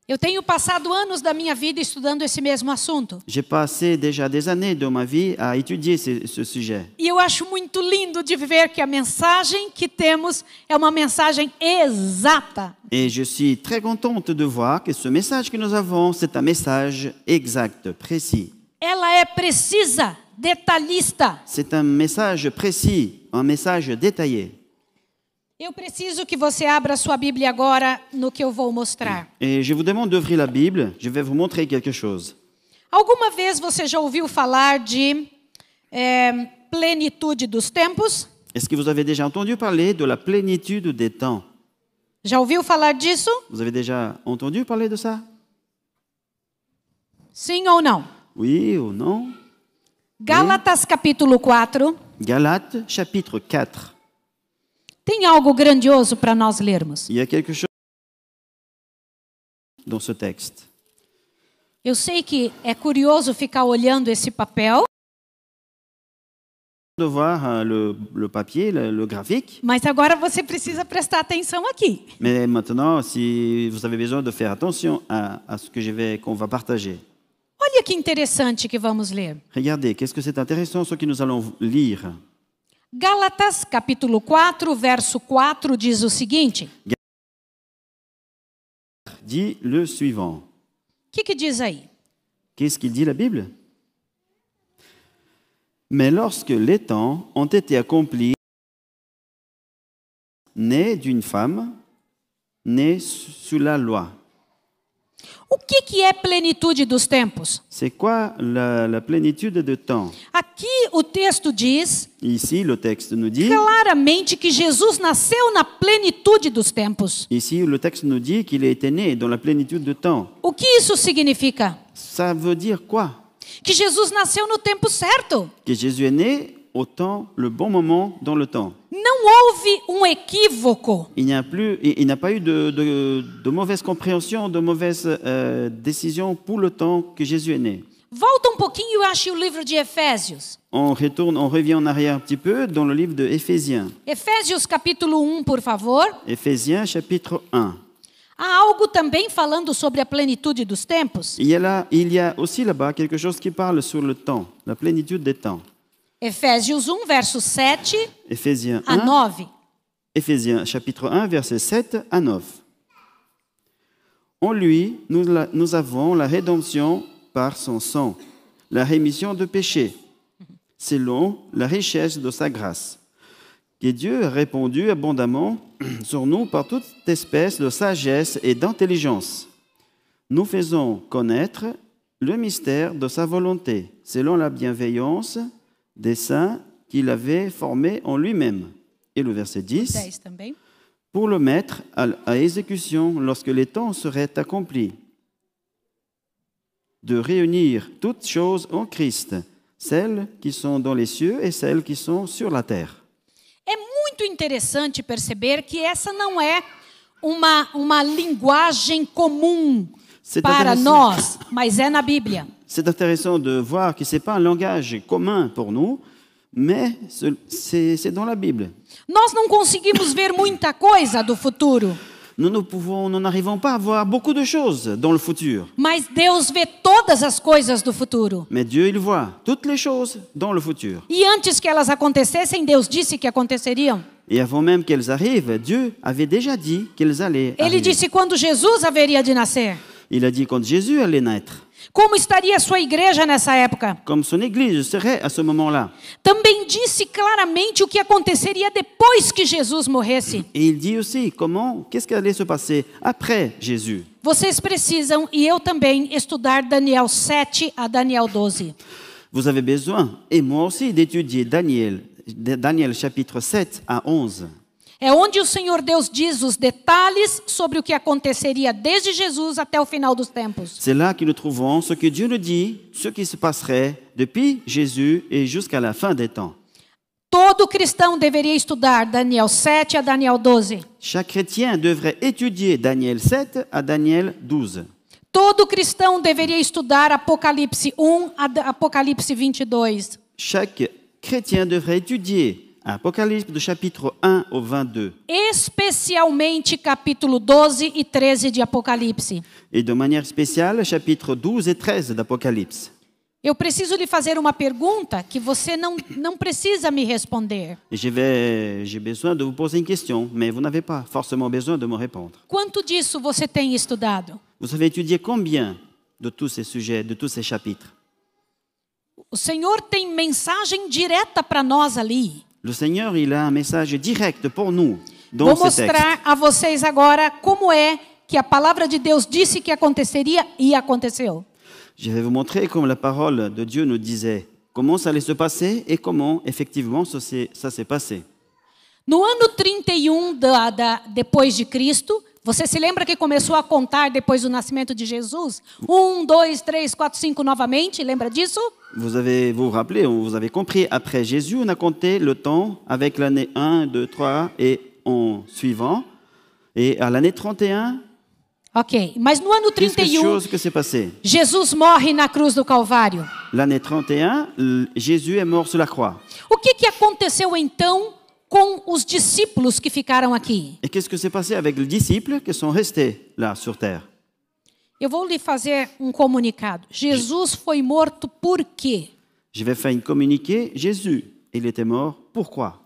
S1: Eu tenho passado anos da minha vida estudando esse mesmo assunto.
S2: J'ai passé déjà des années de ma vie à étudier ce, ce sujet.
S1: E eu acho muito lindo de ver que a mensagem que temos é uma mensagem exata.
S2: Et je suis très contente de voir que ce message que nous avons, c'est un message exact, précis.
S1: Ela é precisa, detalhista.
S2: C'est un message précis, un message détaillé.
S1: Eu preciso que você abra sua Bíblia agora no que eu vou mostrar.
S2: Et je vous demande d'ouvrir la Bible, je vais vous montrer quelque chose.
S1: Alguma vez você já ouviu falar de eh, plenitude dos tempos?
S2: Est-ce que vous avez déjà entendu parler de la plénitude des temps
S1: Já ouviu falar disso?
S2: Vous avez déjà entendu parler de ça
S1: Sim ou não?
S2: Oui ou non
S1: Gálatas capítulo 4
S2: Galates chapitre 4.
S1: tem algo grandioso para nós lermos.
S2: Il y a quelque chose dans ce texte.
S1: Eu sei que é curioso ficar olhando esse papel,
S2: De voir hein, le, le papier, le, le graphique,
S1: mas agora você precisa prestar atenção aqui.
S2: mais maintenant, si vous avez besoin de faire attention à, à ce que je vais, qu'on va partager.
S1: Olha que interessante que vamos ler.
S2: Regardez, qu'est-ce que c'est intéressant ce que nous allons lire.
S1: Gálatas capítulo 4, verso 4 diz o seguinte:
S2: Dit le suivant.
S1: O que, que diz aí?
S2: Qu'est-ce qu'il dit la Bible Mais lorsque les temps ont été accomplis, né d'une femme, né sous la loi.
S1: O que, que é plenitude dos tempos?
S2: C'est quoi la, la plénitude de temps
S1: Aqui o texto diz
S2: Ici, le texte nous dit,
S1: claramente que Jesus nasceu na plenitude dos tempos.
S2: ici, le texte nous dit qu'il a été né dans la plénitude de temps.
S1: O que isso significa?
S2: Ça veut dire quoi
S1: Que Jesus nasceu no tempo certo.
S2: Que Jésus est né au temps, le bon moment dans le temps.
S1: Não houve um equívoco.
S2: Il n'y a plus, il, il n'a pas eu de, de- de mauvaise compréhension, de mauvaise euh, décision pour le temps que Jésus est né.
S1: Volta um pouquinho e ache o livro de Efésios.
S2: On retourne, on revient en arrière un petit peu dans le livre de Éphésiens.
S1: Efésios capítulo 1, por favor.
S2: Éphésiens chapitre 1.
S1: Há algo também falando sobre a plenitude dos tempos.
S2: Il y a, là, il y a aussi là-bas quelque chose qui parle sur le temps, la plénitude des temps.
S1: Efésios 1, verso 7
S2: Éphésiens
S1: a
S2: 1,
S1: 9.
S2: Éphésiens chapitre 1, versets 7 à 9. En lui, nous, la- nous avons la rédemption par son sang, la rémission de péchés, selon la richesse de sa grâce, que Dieu a répandu abondamment sur nous par toute espèce de sagesse et d'intelligence. Nous faisons connaître le mystère de sa volonté, selon la bienveillance des saints qu'il avait formés en lui-même. Et le verset 10
S1: 10 também.
S2: pour le mettre à, à exécution lorsque les temps seraient accomplis, de réunir toutes choses en Christ, celles qui sont dans les cieux et celles qui sont sur la terre.
S1: É muito interessante perceber que essa não é uma, uma linguagem comum
S2: Você tá
S1: para
S2: vendo assim?
S1: nós, mas é na Bíblia.
S2: C'est intéressant de voir que ce n'est pas un langage commun pour nous, mais ce- c'est c'est dans la Bible.
S1: Nós não conseguimos ver muita coisa do futuro,
S2: Nous ne pouvons, nous n'arrivons pas à voir beaucoup de choses dans le futur,
S1: mas Deus vê todas as coisas do futuro.
S2: mais Dieu, il voit toutes les choses dans le futur.
S1: E antes que elas acontecessem, Deus disse que aconteceriam.
S2: Et avant même qu'elles arrivent, Dieu avait déjà dit qu'elles allaient
S1: Ele
S2: arriver.
S1: disse quando Jesus haveria de nascer,
S2: Il a dit quand Jésus allait naître,
S1: como estaria a sua igreja nessa época.
S2: comme son Église serait à ce moment-là.
S1: Também disse claramente o que aconteceria depois que Jesus morresse.
S2: Et il dit aussi comment, qu'est-ce qui allait se passer après Jésus.
S1: Vocês precisam, e eu também, estudar Daniel 7 a Daniel 12.
S2: Vous avez besoin, et moi aussi, d'étudier Daniel, de- Daniel chapitre 7 à 11.
S1: É onde o Senhor Deus diz os detalhes sobre o que aconteceria desde Jesus até o final dos tempos.
S2: C'est là que nous trouvons ce que Dieu nous dit, ce qui se passerait depuis Jésus et jusqu'à la fin des temps.
S1: Todo cristão deveria estudar Daniel 7 a Daniel 12.
S2: Chaque chrétien devrait étudier Daniel 7 à Daniel 12.
S1: Todo cristão deveria estudar Apocalipse 1 a D- Apocalipse 22.
S2: Chaque chrétien devrait étudier Apocalypse de chapitre 1 au 22.
S1: especialmente capítulo 12 e 13 de Apocalipse.
S2: et de manière spéciale chapitres 12 et 13 d'Apocalypse.
S1: Eu preciso lhe fazer uma pergunta que você não, não precisa me responder.
S2: Et je vais- J'ai besoin de vous poser une question, mais vous n'avez pas forcément besoin de me répondre.
S1: Quanto disso você tem estudado?
S2: Vous avez étudié combien de tous ces sujets, de tous ces chapitres
S1: O Senhor tem mensagem direta para nós ali.
S2: Le Seigneur, il a un message direct pour nous dans
S1: Vou
S2: ces textes.
S1: mostrar a vocês agora como é que a palavra de Deus disse que aconteceria e aconteceu.
S2: Je vais vous montrer comme la parole de Dieu nous disait comment ça allait se passer et comment effectivement ça s'est ça s'est passé.
S1: No ano 31 da, da, um depois de Cristo, Você se lembra que começou a contar depois do nascimento de Jesus? Um, dois, três, quatro, cinco novamente, lembra disso?
S2: Vous avez, vous, vous rappelez, vous avez compris, après Jésus, on a compté le temps avec l'année 1, 2, 3 et en suivant. Et à l'année 31,
S1: Ok, mas no ano
S2: qu'est-ce que
S1: 31,
S2: chose que s'est passée
S1: Jesus morre na cruz do Calvário.
S2: L'année 31, l- Jésus est mort sur la croix.
S1: O que, que aconteceu então com os discípulos que ficaram aqui?
S2: Et qu'est-ce que s'est passé avec les disciples qui sont restés là sur terre
S1: Eu vou lhe fazer um comunicado. Jesus foi morto por quê?
S2: Je vais faire une communiqué. Jésus, il était mort. Pourquoi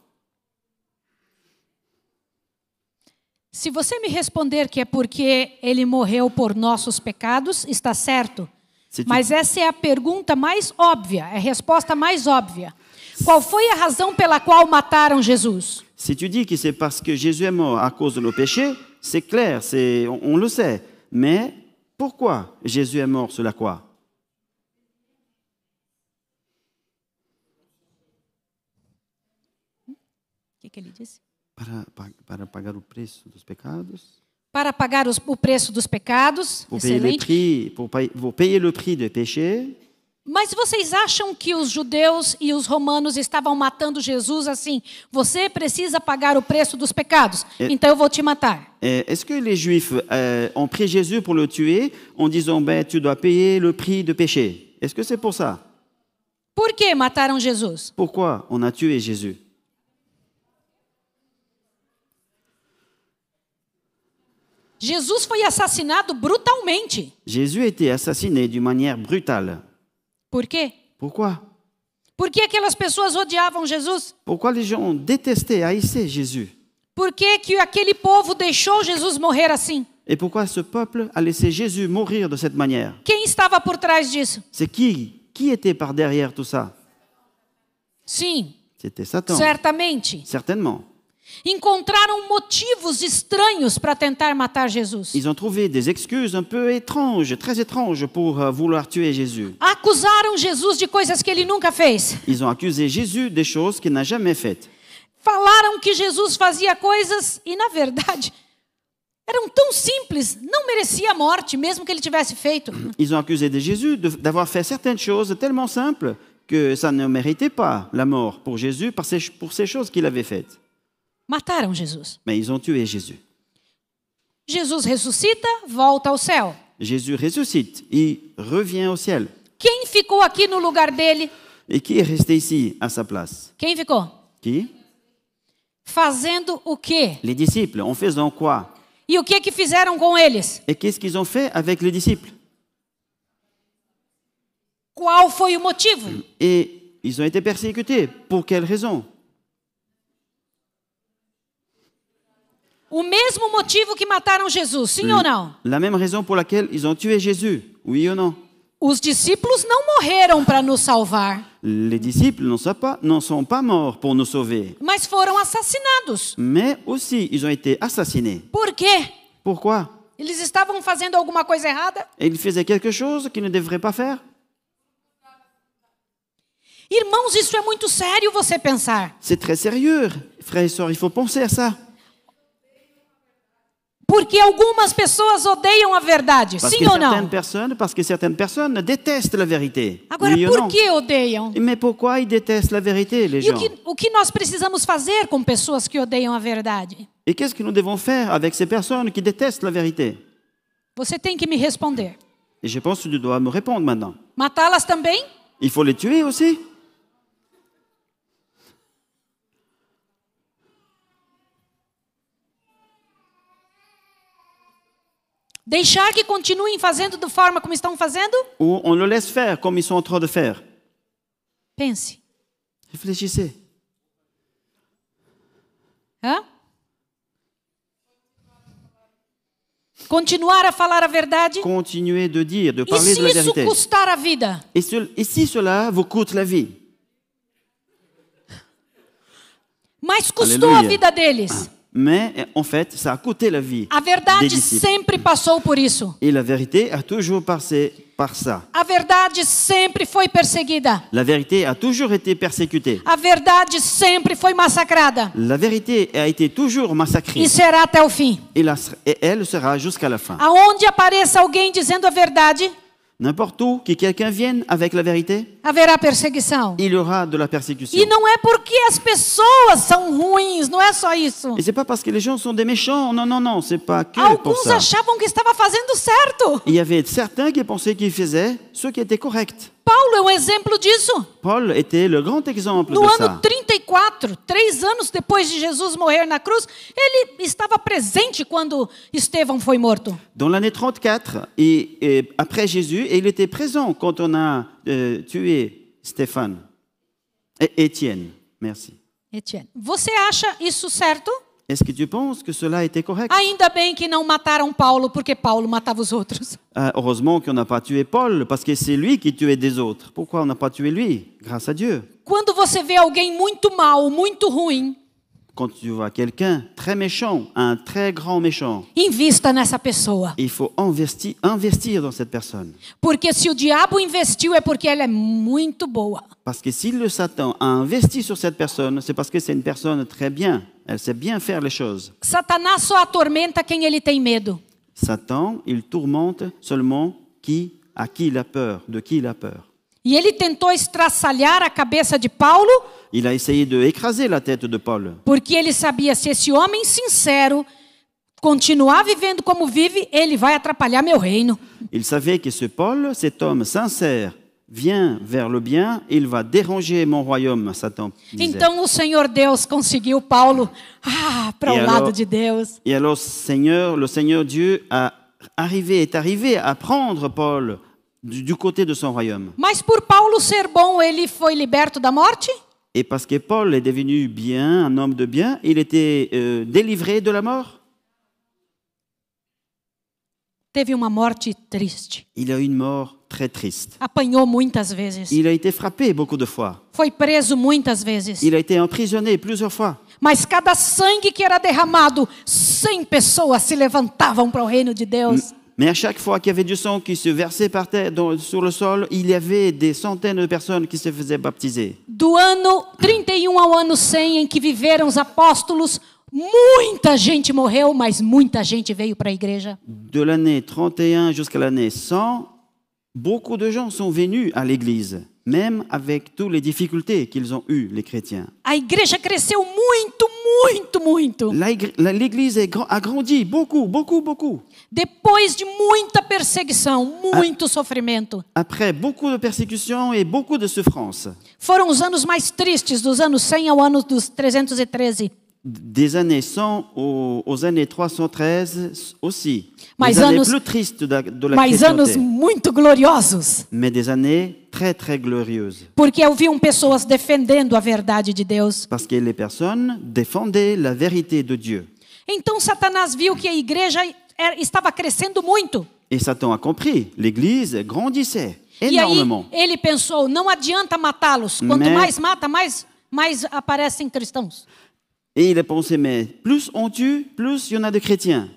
S1: Se você me responder que é porque ele morreu por nossos pecados, está certo.
S2: Se tu-
S1: Mas essa é a pergunta mais óbvia, é a resposta mais óbvia. Qual foi a razão pela qual mataram Jesus?
S2: Si tu dis que c'est parce que Jésus est mort à cause de nos péchés, c'est clair, c'est, on, on le sait. Mais pourquoi Jésus est mort sur la croix
S1: O que, que ele disse?
S2: para, pa- para pagar o preço dos pecados,
S1: Para pagar os- o preço dos pecados.
S2: pour payer, les
S1: Excelente.
S2: prix, pour, paye- pour payer le prix des péchés.
S1: Mas vocês acham que os judeus e os romanos estavam matando Jesus assim? Você precisa pagar o preço dos pecados,
S2: É-
S1: então eu vou te matar.
S2: Euh, Est-ce que les Juifs euh, ont pris Jésus pour le tuer en disant ben, tu dois payer le prix de péché Est-ce que c'est pour ça
S1: Por que mataram Jesus?
S2: Pourquoi on a tué Jésus
S1: Jesus foi assassinado brutalmente.
S2: Jésus a été assassiné d'une manière brutale.
S1: Por quê?
S2: Pourquoi
S1: Por que aquelas pessoas odiavam Jesus?
S2: Pourquoi les gens ont détesté, haïssé Jésus
S1: Por que, que aquele povo deixou Jesus morrer assim?
S2: Et pourquoi ce peuple a laissé Jésus mourir de cette manière
S1: Quem estava por trás disso?
S2: C'est qui Qui était par derrière tout ça
S1: Sim,
S2: C'était Satan.
S1: certamente.
S2: Certainement.
S1: Encontraram motivos estranhos para tentar matar Jesus.
S2: Ils ont trouvé des excuses un peu étranges, très étranges pour euh, vouloir tuer Jésus.
S1: Acusaram Jesus de coisas que ele nunca fez.
S2: Ils ont accusé Jésus des choses qu'il n'a jamais faites.
S1: Falaram que Jesus fazia coisas e, na verdade, eram tão simples, não merecia a morte, mesmo que ele tivesse feito.
S2: Ils ont accusé de Jésus de- d'avoir fait certaines choses tellement simples que ça ne méritait pas la mort pour Jésus par ces- pour ces choses qu'il avait faites.
S1: Mataram Jesus.
S2: Mais ils ont tué Jésus.
S1: Jesus ressuscita, volta ao céu.
S2: Jésus ressuscite, il revient au ciel.
S1: Quem ficou aqui no lugar dele?
S2: Et qui est resté ici à sa place
S1: Quem ficou?
S2: Qui
S1: Fazendo o quê?
S2: Les disciples, en faisant quoi
S1: E o que que fizeram com eles?
S2: Et qu'est-ce qu'ils ont fait avec les disciples
S1: Qual foi o motivo?
S2: Et ils ont été persécutés. Pour quelle raison
S1: O mesmo motivo que mataram Jesus, sim ou não?
S2: La même raison pour laquelle ils ont tué Jésus, oui ou non
S1: Os discípulos não morreram para nos salvar,
S2: Les disciples n'en sont, pas- n'en sont pas morts pour nous sauver,
S1: mas foram assassinados.
S2: mais aussi ils ont été assassinés.
S1: Por quê?
S2: Pourquoi
S1: Eles estavam fazendo alguma coisa errada?
S2: Et Ils faisaient quelque chose qu'ils ne devraient pas faire
S1: Irmãos, isso é muito sério você pensar.
S2: C'est très sérieux. Frères et sœurs, il faut penser à ça.
S1: Porque algumas pessoas odeiam a verdade,
S2: Parce
S1: sim
S2: que
S1: ou
S2: certaines
S1: não?
S2: personnes, parce que certaines personnes détestent la vérité.
S1: Agora,
S2: oui ou
S1: por
S2: non
S1: que odeiam?
S2: Mais pourquoi ils détestent la vérité, les
S1: E o
S2: gens
S1: que, o que nós precisamos fazer com pessoas que odeiam a verdade?
S2: Et qu'est-ce que nous devons faire avec ces personnes qui détestent la vérité
S1: Você tem que me responder.
S2: Et je pense que tu dois me répondre maintenant.
S1: Matá-las também?
S2: Il faut les tuer aussi
S1: Deixar que continuem fazendo da forma como estão fazendo?
S2: Ou on le laisse faire comme ils sont en train de faire
S1: Pense.
S2: Réfléchissez.
S1: Hã? Continuar a falar a verdade?
S2: Continuez de dire, de
S1: E
S2: parler de
S1: se
S2: la
S1: isso
S2: vérité.
S1: custar a vida?
S2: Et, ce- et si cela vous coûte la vie
S1: Mas custou a
S2: Aleluia.
S1: vida deles.
S2: Mais eh, en fait, ça a coûté la vie
S1: A
S2: des
S1: verdade
S2: disciples.
S1: sempre passou por isso.
S2: Et la vérité a toujours passé par ça.
S1: A verdade sempre foi perseguida.
S2: La vérité a toujours été persécutée.
S1: A verdade sempre foi massacrada.
S2: La vérité a été toujours massacrée.
S1: E será até o fim.
S2: Et, la- et elle sera jusqu'à la fin.
S1: Aonde apareça alguém dizendo a verdade,
S2: N'importe où que quelqu'un vienne avec la vérité,
S1: haverá perseguição.
S2: il y aura de la persécution.
S1: E não é porque as pessoas são ruins, não é só isso.
S2: Et c'est pas parce que les gens sont des méchants. Non, non, non, c'est pas que pour
S1: Alguns
S2: ça.
S1: achavam que estava fazendo certo.
S2: Il y avait certains qui pensaient qu'ils faisaient ce qui était correct.
S1: Paulo é um exemplo disso.
S2: Paul était le grand exemple
S1: No
S2: de
S1: ano
S2: ça.
S1: 34, três anos depois de Jesus morrer na cruz, ele estava presente quando Estevão foi morto.
S2: Dans l'année 34, et, et après Jésus, et il était présent quand on a euh, tué Stéphane et Étienne. Merci.
S1: Etienne, você acha isso certo?
S2: Est-ce que tu penses que cela était correct
S1: Ainda bem que não mataram Paulo, porque Paulo matava os outros.
S2: Euh, Heureusement qu'on n'a pas tué Paul, parce que c'est lui qui tuait des autres. Pourquoi on n'a pas tué lui Grâce à Dieu.
S1: Quando você vê alguém muito mal, muito ruim,
S2: Quand tu vois quelqu'un très méchant, un très grand méchant,
S1: invista nessa pessoa.
S2: il faut investi- investir dans cette personne.
S1: Porque se o diabo investiu é porque ela é muito boa.
S2: Parce que si le Satan a investi sur cette personne, c'est parce que c'est une personne très bien. Elle sait bien faire les choses.
S1: Satanás só atormenta quem ele tem medo.
S2: Satan, il tourmente seulement qui, à qui il a peur, de qui il a peur.
S1: E ele tentou estraçalhar a cabeça de Paulo,
S2: Il a essayé de écraser la tête de Paul.
S1: porque ele sabia se esse homem sincero continuar vivendo como vive, ele vai atrapalhar meu reino.
S2: Il savait que ce Paul, cet homme sincère, vient vers le bien, il va déranger mon royaume, Satan. disait.
S1: Então o Senhor Deus conseguiu Paulo ah, para
S2: E
S1: o
S2: ela-
S1: lado de Deus.
S2: Et alors, Seigneur, le Seigneur Dieu a arrivé, est arrivé à prendre Paul du, du côté de son royaume.
S1: Mas por Paulo ser bom, ele foi liberto da morte?
S2: Et parce que Paul est devenu bien, un homme de bien, il était euh, délivré de la mort.
S1: Teve uma morte triste.
S2: Il a eu une mort très triste.
S1: Apanhou muitas vezes.
S2: Il a été frappé beaucoup de fois.
S1: Foi preso muitas vezes.
S2: Il a été emprisonné plusieurs fois.
S1: Mas cada sangue que era derramado, 100 pessoas se levantavam para o reino de Deus.
S2: Mais à chaque fois qu'il y avait du sang qui se versait par terre, dans- sur le sol, il y avait des centaines de personnes qui se faisaient baptiser.
S1: Do ano 31 ao ano 100, em que viveram os apóstolos, muita gente morreu, mas muita gente veio para a igreja.
S2: De l'année 31 jusqu'à l'année 100, beaucoup de gens sont venus à l'Église, même avec toutes les difficultés qu'ils ont eues, les chrétiens.
S1: A igreja cresceu muito, muito, muito.
S2: La- la- L'Église est grand- a grandi beaucoup, beaucoup, beaucoup.
S1: Depois de muita perseguição, muito sofrimento.
S2: Après beaucoup de persécutions et beaucoup de souffrances,
S1: Foram os anos mais tristes, dos anos 100 ao ano dos 313.
S2: des années 100 aux, aux années 313 aussi,
S1: Mais
S2: les années
S1: anos-
S2: plus tristes de, la- de la
S1: Mas anos
S2: chrétienté,
S1: muito gloriosos.
S2: mais des années très très glorieuses,
S1: Porque ouviam pessoas defendendo a verdade de Deus.
S2: parce que les personnes défendaient la vérité de Dieu.
S1: Então Satanás viu que a igreja era- estava crescendo muito.
S2: Et Satan a compris, l'Église grandissait
S1: E aí
S2: énormément.
S1: ele pensou: não adianta matá-los. Quanto
S2: Né?
S1: mais mata, mais, mais aparecem cristãos.
S2: Et il a pensé, mais plus on tue, plus il y en a de chrétiens.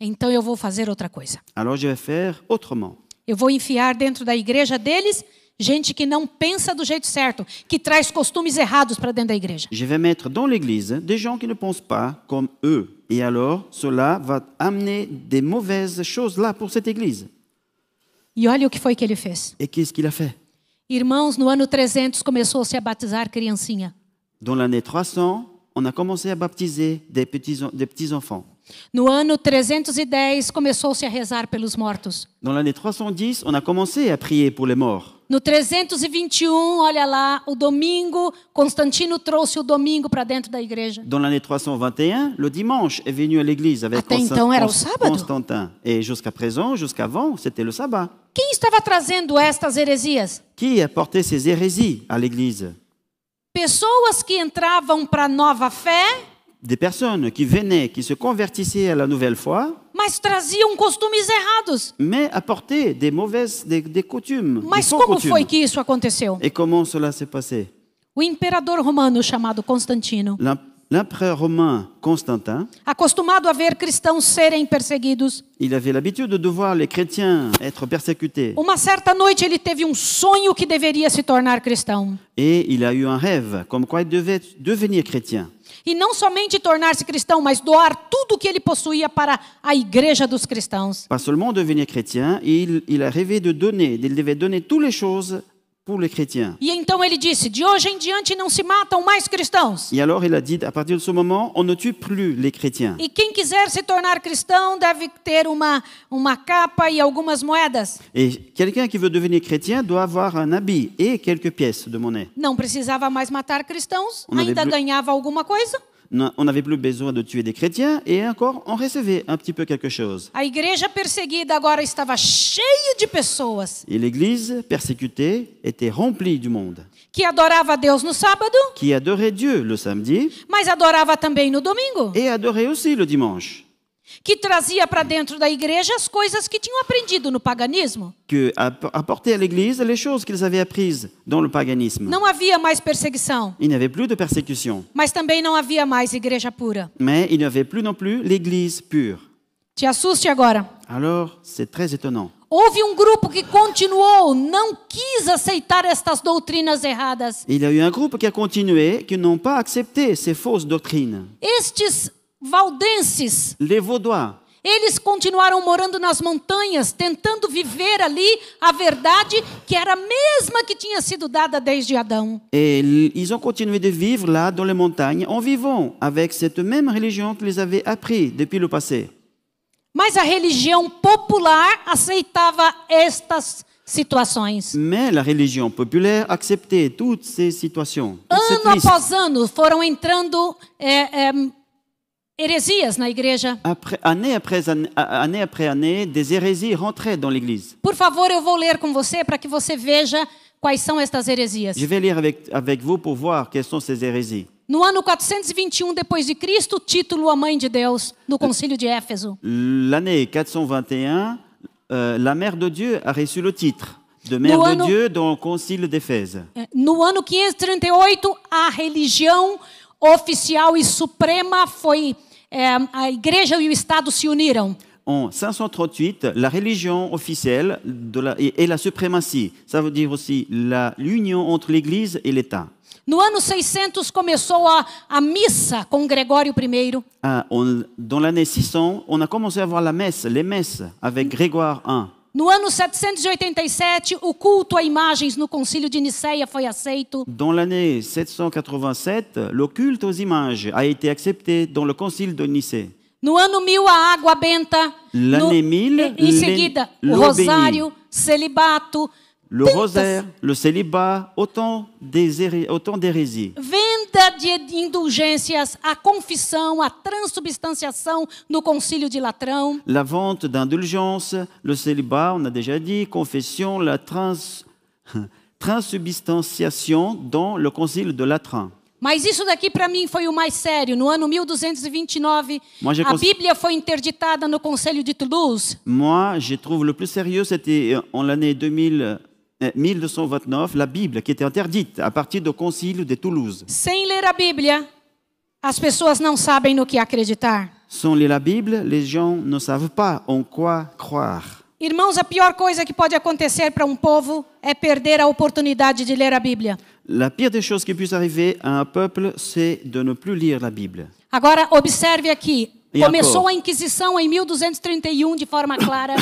S1: Então eu vou fazer outra coisa.
S2: Alors je vais faire autrement.
S1: Eu vou enfiar dentro da igreja deles gente que não pensa do jeito certo, que traz costumes errados para dentro da igreja.
S2: Je vais mettre dans l'Église des gens qui ne pensent pas comme eux. Et alors, cela va amener des mauvaises choses là pour cette Église.
S1: E olha o que foi que ele fez.
S2: Et qu'est-ce qu'il a fait
S1: Irmãos, no ano 300 começou-se a batizar criancinha.
S2: Dans l'année 300, on a commencé à baptiser des petits, des petits enfants.
S1: No ano 310 começou-se a rezar pelos mortos.
S2: Dans l'année 310, on a commencé à prier pour les morts.
S1: No 321, olha lá, o domingo, Constantino trouxe o domingo para dentro da igreja.
S2: Dans l'année 321, le dimanche est venu à l'église avec
S1: Attends,
S2: Constan-
S1: então era o
S2: Cons-
S1: sábado?
S2: Constantin. Et jusqu'à présent, jusqu'avant, c'était le sabbat.
S1: Quem estava trazendo estas heresias?
S2: Qui a porté ces hérésies à l'église
S1: Pessoas que entravam para a nova fé,
S2: Des personnes qui venaient, qui se convertissaient à la nouvelle foi,
S1: mas traziam costumes errados.
S2: mais apportaient des mauvaises, des, des coutumes, des
S1: Mas
S2: faux
S1: como
S2: coutumes.
S1: foi que isso aconteceu?
S2: Et comment cela s'est passé
S1: O imperador romano chamado Constantino
S2: L'im- L'empereur romain Constantin,
S1: Acostumado a ver cristãos serem perseguidos,
S2: il avait l'habitude de voir les chrétiens être persécutés.
S1: uma certa noite ele teve um sonho que deveria se tornar cristão.
S2: Et il a eu un rêve, comme quoi il devait devenir chrétien.
S1: E não somente tornar-se cristão, mas doar tudo o que ele possuía para a igreja dos cristãos.
S2: Pas seulement devenir chrétien, il, il a rêvé de donner, il devait donner toutes les choses pour les chrétiens.
S1: E então ele disse: De hoje em diante não se matam mais cristãos.
S2: Et alors il a dit, à partir de ce moment, on ne tue plus les chrétiens.
S1: E quem quiser se tornar cristão deve ter uma, uma capa e algumas moedas.
S2: Et quelqu'un qui veut devenir chrétien doit avoir un habit et quelques pièces de monnaie.
S1: Não precisava mais matar cristãos,
S2: Uma
S1: ainda
S2: Bíblia-
S1: ganhava alguma coisa.
S2: Non, On n'avait plus besoin de tuer des chrétiens et encore on recevait un petit peu quelque chose.
S1: A igreja perseguida agora estava cheia de pessoas
S2: Et l'Église persécutée était remplie du monde,
S1: que adorava a Deus no sábado,
S2: qui adorait Dieu le samedi
S1: mas adorava também no domingo,
S2: et adorait aussi le dimanche,
S1: que trazia para dentro da igreja as coisas que tinham aprendido no paganismo.
S2: que app- apportait à l'Église les choses qu'ils avaient apprises dans le paganisme.
S1: Não havia mais perseguição,
S2: Il n'y avait plus de persécution,
S1: mas também não havia mais igreja pura.
S2: mais il n'y avait plus non plus l'Église pure.
S1: Te assuste agora.
S2: Alors c'est très étonnant.
S1: Houve um grupo que continuou, não quis aceitar estas doutrinas erradas.
S2: Il y a eu un groupe qui a continué, qui n'ont pas accepté ces fausses doctrines.
S1: Estes valdenses,
S2: Les Vaudois,
S1: eles continuaram morando nas montanhas, tentando viver ali a verdade que era a mesma que tinha sido dada desde Adão.
S2: Et l- ils ont continué de vivre là, dans les montagnes, en vivant avec cette même religion qu'ils avaient appris depuis le passé.
S1: Mas a religião popular aceitava estas situações.
S2: Mais la religion populaire acceptait toutes ces situations. toute cette
S1: Ano
S2: liste.
S1: após ano foram entrando é, é, heresias na igreja.
S2: Après- année, après année, a- année après année, des hérésies rentraient dans l'Église.
S1: Por favor, eu vou ler com você para que você veja quais são estas heresias.
S2: Je vais lire avec, avec vous pour voir quelles sont ces hérésies.
S1: No ano 421 depois de Cristo, Título a mãe de Deus no Concílio de Éfeso.
S2: L'année 421, euh, la mère de Dieu a reçu le titre de mère
S1: Nous,
S2: de
S1: nous-
S2: Dieu dans le concile d'Éphèse.
S1: É, No ano 538, a religião oficial e suprema foi é, a igreja e o Estado se uniram.
S2: En 538, la religion officielle de la- et et la suprématie, ça veut dire aussi la- l'union entre l'Église et l'État.
S1: No ano 600 começou a, a missa com Gregório I.
S2: Ah, on- dans l'année 600, on a commencé à voir la messe, les messes avec Grégoire I.
S1: No ano 787, o culto a imagens no Concílio de Niceia foi aceito.
S2: Dans l'année 787, le culte aux images a été accepté dans le concile de Nicée.
S1: No ano 1000, a água benta. No-
S2: L'année 1000,
S1: Em seguida,
S2: l'é-
S1: o
S2: l'eau
S1: rosário, celibato.
S2: Le
S1: tantas-
S2: rosaire, le célibat, autant des héré- autant d'hérésies.
S1: Venda de indulgências, a confissão, a transubstanciação no concílio de Latrão.
S2: La vente d'indulgences, le célibat, on a déjà dit, confession, la trans, transsubstantiation dans le concile de Latran.
S1: Mas isso daqui para mim foi o mais sério. No ano 1229,
S2: Mas já
S1: a
S2: cons-
S1: Bíblia foi interditada no concílio de Toulouse.
S2: Moi, je trouve le plus sérieux, c'était euh, en l'année 2000, euh, 1229, la Bible qui était interdite à partir du concile de Toulouse.
S1: Sem ler a Bíblia, as pessoas não sabem no que acreditar.
S2: Sans lire la Bible, les gens ne savent pas en quoi croire.
S1: Irmãos, a pior coisa que pode acontecer para um povo é perder a oportunidade de ler a Bíblia.
S2: La pire des choses qui puisse arriver à un peuple, c'est de ne plus lire la Bible.
S1: Agora, observe aqui.
S2: E
S1: Começou
S2: Jacob?
S1: a Inquisição em 1231, de forma clara.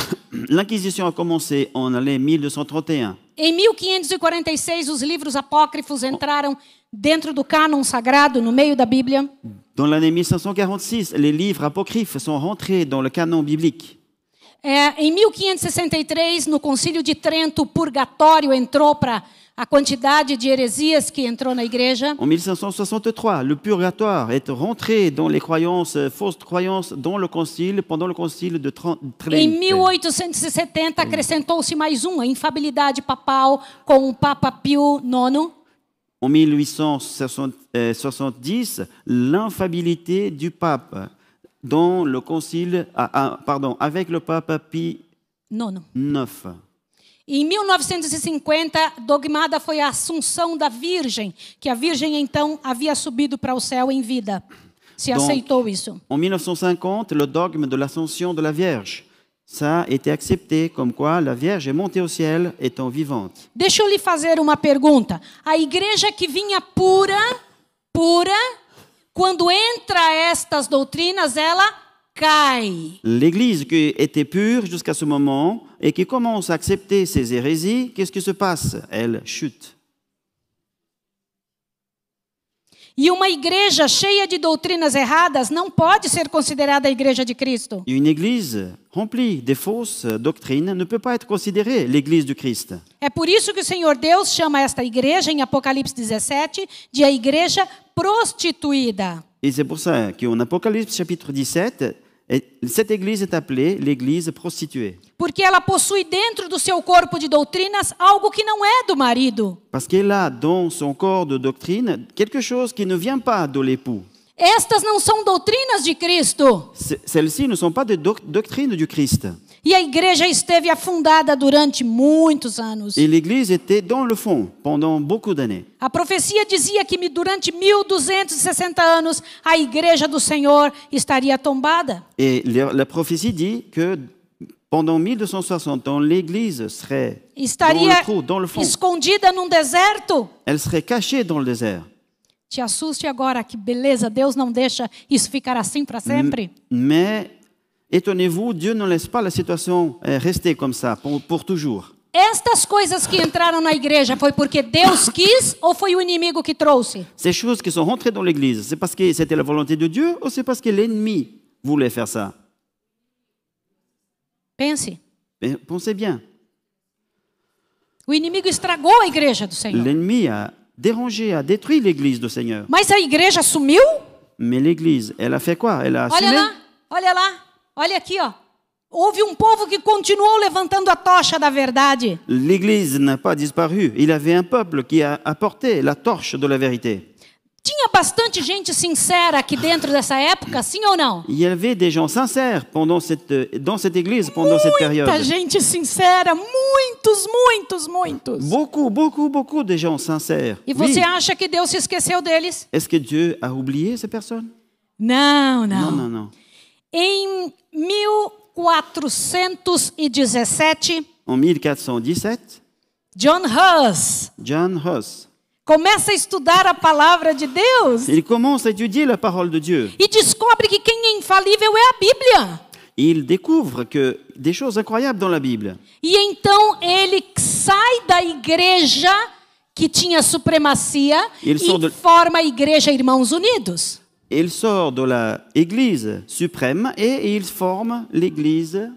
S2: L'Inquisition a commencé en l'année 1231.
S1: em 1546, os livros apócrifos entraram dentro do cânon sagrado, no meio da Bíblia.
S2: Dans l'année 1546, les livres apocryphes sont rentrés dans le canon biblique.
S1: É, em 1563, no Concílio de Trento, o purgatório entrou para a quantidade de heresias que entrou na igreja.
S2: En 1563, le purgatoire est rentré dans les croyances, euh, fausses croyances, dans le concile, pendant le concile de Tren-
S1: Em
S2: Trente.
S1: 1870, acrescentou-se mais uma, a infabilidade papal, com o Papa Pio IX.
S2: En 1870, l'infabilité du pape dans le concile, ah, ah, pardon, avec le pape Pie
S1: Nono.
S2: IX.
S1: Em 1950, dogmada foi a assunção da Virgem, que a Virgem então havia subido para o céu em vida. Se
S2: Donc,
S1: aceitou isso.
S2: En 1950, le dogme de l'ascension de la Vierge. Ça a été accepté comme quoi la Vierge est montée au ciel étant vivante.
S1: Deixa eu lhe fazer uma pergunta. A igreja que vinha pura, pura, quando entra estas doutrinas, ela cai.
S2: L'Église qui était pure jusqu'à ce moment et qui commence à accepter ces hérésies, qu'est-ce qui se passe Elle chute.
S1: E uma igreja cheia de doutrinas erradas não pode ser considerada a igreja de Cristo.
S2: Une Église remplie des fausses doctrines ne peut pas être considérée l'Église du Christ.
S1: É por isso que o Senhor Deus chama esta igreja, em Apocalipse 17, de a igreja prostituída.
S2: Et c'est pour ça qu'en Apocalypse chapitre 17, et- cette Église est appelée l'Église prostituée.
S1: Porque ela possui dentro do seu corpo de doutrinas algo que não é do marido.
S2: Parce qu'elle a dans son corps de doctrine quelque chose qui ne vient pas de l'époux.
S1: Estas não são doutrinas de Cristo.
S2: C- Celles-ci ne sont pas des doc- doctrines du Christ.
S1: E a igreja esteve afundada durante muitos anos.
S2: Et l'Église était dans le fond pendant beaucoup d'années.
S1: A profecia dizia que durante 1260 anos a igreja do Senhor estaria tombada.
S2: Et le- la prophétie dit que pendant 1260 ans, l'Église serait dans
S1: Estaria
S2: le trou, dans le fond.
S1: escondida num deserto.
S2: Elle serait cachée dans le désert.
S1: Te assuste agora, que beleza, Deus não deixa isso ficar assim para sempre.
S2: Mais étonnez-vous, Dieu ne laisse pas la situation euh, rester comme ça pour, pour toujours.
S1: Estas coisas que entraram na igreja foi porque Deus quis ou foi o inimigo que trouxe?
S2: Ces choses qui sont rentrées dans l'Église, c'est parce que c'était la volonté de Dieu ou c'est parce que l'ennemi voulait faire ça
S1: Pense.
S2: Mais Pensez bien,
S1: O inimigo estragou a igreja do Senhor.
S2: l'ennemi a dérangé, a détruit l'Église do Seigneur.
S1: Mas a igreja sumiu?
S2: Mais l'Église, elle a fait quoi Elle a
S1: Olha
S2: assumé
S1: lá, olha lá, olha aqui, ó. Houve um povo que continuou levantando a tocha da verdade.
S2: L'Église n'a pas disparu. Il avait un peuple qui a apporté la torche de la vérité.
S1: Tinha bastante gente sincera aqui dentro dessa época, sim ou não?
S2: Il y avait des gens sincères pendant cette, dans cette Église, pendant cette période.
S1: Muita gente sincera, muitos, muitos, muitos.
S2: Beaucoup, beaucoup, beaucoup de gens sincères.
S1: E
S2: Oui.
S1: você acha que Deus se esqueceu deles?
S2: Est-ce que Dieu a oublié ces personnes
S1: Não, não.
S2: Non, non, non.
S1: Em 1417,
S2: En 1417,
S1: John Hus
S2: John Huss,
S1: começa a estudar a palavra de Deus
S2: il commence à étudier la parole de Dieu.
S1: e descobre que quem é infalível é a Bíblia.
S2: Il découvre que des choses incroyables dans la Bible.
S1: E então ele sai da igreja que tinha supremacia
S2: E ele saiu
S1: e
S2: do-
S1: forma a igreja Irmãos Unidos.
S2: Il sort de la Église suprême et il forme l'Église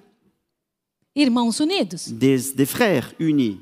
S1: Irmãos Unidos.
S2: des, des frères unis.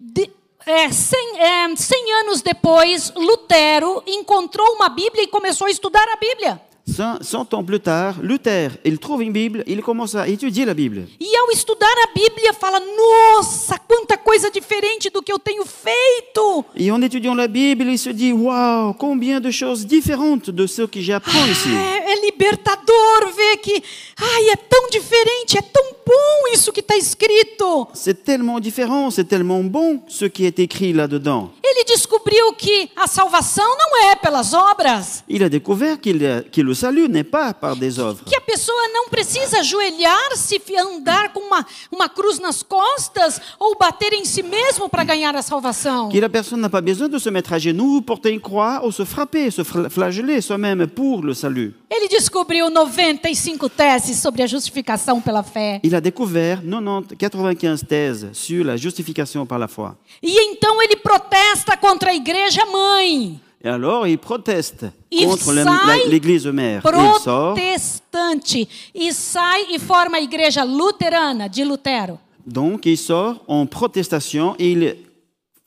S1: De, é, cem, é, cem anos depois, Lutero encontrou uma Bíblia e começou a estudar a Bíblia.
S2: Cent, cent ans plus tard, Luther, il trouve une Bible, il commence à étudier la Bible.
S1: E ao estudar a Bíblia, fala: Nossa, quanta coisa diferente do que eu tenho feito!
S2: Et en étudiant la Bible, il se dit Waouh, combien de choses différentes de ce que j'apprends ici.
S1: É, é libertador ver que, ai, é tão diferente, é tão bom isso que está escrito.
S2: C'est tellement différent, c'est tellement bon ce qui est écrit là-dedans.
S1: Ele descobriu que a salvação não é pelas obras,
S2: Il a découvert qu'il que le salut n'est pas par des œuvres,
S1: que a pessoa não precisa ajoelhar-se, fi- andar com uma, uma cruz nas costas ou bater em si mesmo para ganhar a salvação.
S2: que la personne n'a pas besoin de se mettre à genoux, porter une croix ou se frapper, se fla- flageller soi-même pour le salut.
S1: Ele descobriu 95 teses sobre a justificação pela fé.
S2: Il a découvert 90, 95 thèses sur la justification par la foi.
S1: E então ele protesta contra a igreja mãe,
S2: Et alors, il proteste
S1: Il
S2: contre la-
S1: sai-
S2: la- l'Église mère. Et Il sort,
S1: protestante, e sai e forma a igreja luterana de Lutero.
S2: donc il sort en protestation et il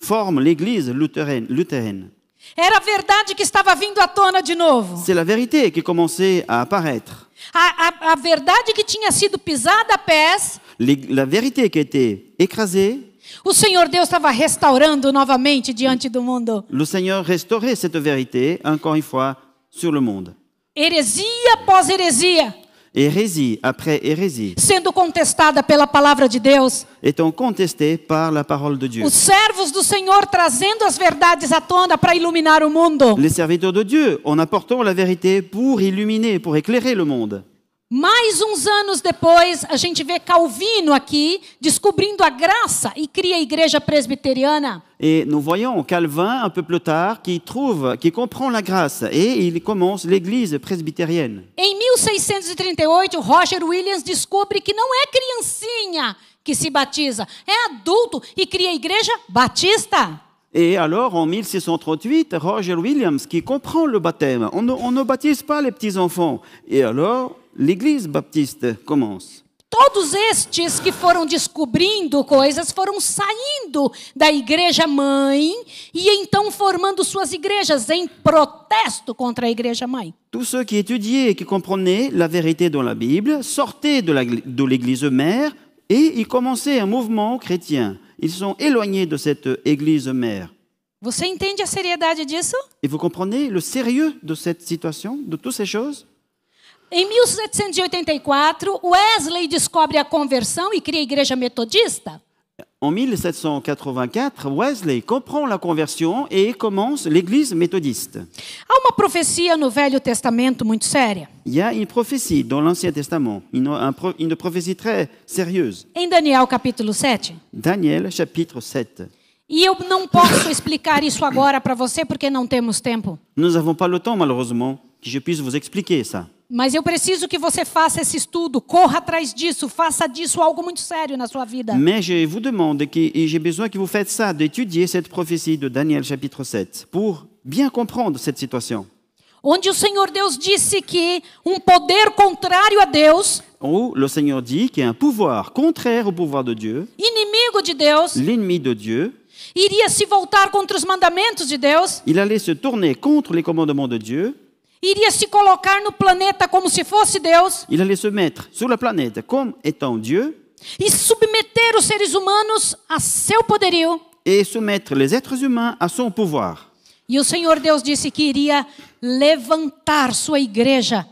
S2: forme l'Église luthérienne. luthérienne.
S1: Era a verdade que estava vindo à tona de novo.
S2: C'est la vérité qui commençait à apparaître.
S1: A, a- a verdade que tinha sido pisada a pés,
S2: Les- La vérité qui a été écrasée,
S1: o Senhor Deus estava restaurando novamente diante do mundo.
S2: le Seigneur restaurait cette vérité, encore une fois, sur le monde.
S1: Heresia após heresia.
S2: hérésie après hérésie,
S1: sendo contestada pela palavra de Deus,
S2: étant contestée par la parole de Dieu.
S1: os servos do Senhor trazendo as verdades à tona para iluminar o mundo.
S2: Les serviteurs de Dieu en apportant la vérité pour illuminer, pour éclairer le monde.
S1: Mais uns anos depois, a gente vê Calvino aqui descobrindo a graça e cria a igreja presbiteriana.
S2: Et nous voyons Calvin un peu plus tard qui trouve, qui comprend la grâce et il commence l'église presbytérienne.
S1: Em 1638, Roger Williams descobre que não é criancinha que se batiza, é adulto e cria a igreja batista.
S2: Et alors, en 1638, Roger Williams, qui comprend le baptême, on ne, on ne baptise pas les petits-enfants. Et alors, l'église baptiste commence.
S1: Todos estes que foram descobrindo coisas foram saindo da igreja mãe e então formando suas igrejas em protesto contra a igreja mãe.
S2: Tous ceux qui étudiaient et qui comprenaient la vérité dans la Bible sortaient de la- de l'église mère et ils commençaient un mouvement chrétien. Ils sont éloignés de cette église mère.
S1: Você entende a seriedade disso?
S2: Et vous comprenez le sérieux de cette situation, de toutes ces choses
S1: Em 1784, Wesley descobre a conversão e cria a igreja metodista.
S2: En 1784, Wesley comprend la conversion et commence l'église méthodiste.
S1: Há uma profecia no Velho Testamento muito séria.
S2: Il y a une prophétie dans l'Ancien Testament, une, un pro- une prophétie très sérieuse.
S1: Em Daniel capítulo 7.
S2: Daniel chapitre 7.
S1: E eu não posso explicar isso agora para você porque não temos tempo.
S2: Nous n'avons pas le temps, malheureusement, que je puisse vous expliquer ça.
S1: Mas eu preciso que você faça esse estudo, corra atrás disso, faça disso algo muito sério na sua vida.
S2: Mais je vous demande, que- et j'ai besoin que vous faites ça, d'étudier cette prophétie de Daniel chapitre 7 pour bien comprendre cette situation.
S1: Onde o Senhor Deus disse que um poder contrário a Deus,
S2: Où le Seigneur dit qu'il y a un pouvoir contraire au pouvoir de Dieu,
S1: inimigo de Deus,
S2: l'ennemi de Dieu,
S1: iria se voltar contra os mandamentos de Deus,
S2: il allait se tourner contre les commandements de Dieu,
S1: iria se colocar no planeta como se fosse Deus
S2: il allait se mettre sur la planète comme étant Dieu
S1: e submeter os seres humanos a seu poderio.
S2: et soumettre les êtres humains à son pouvoir.
S1: E o Senhor Deus disse que iria levantar sua igreja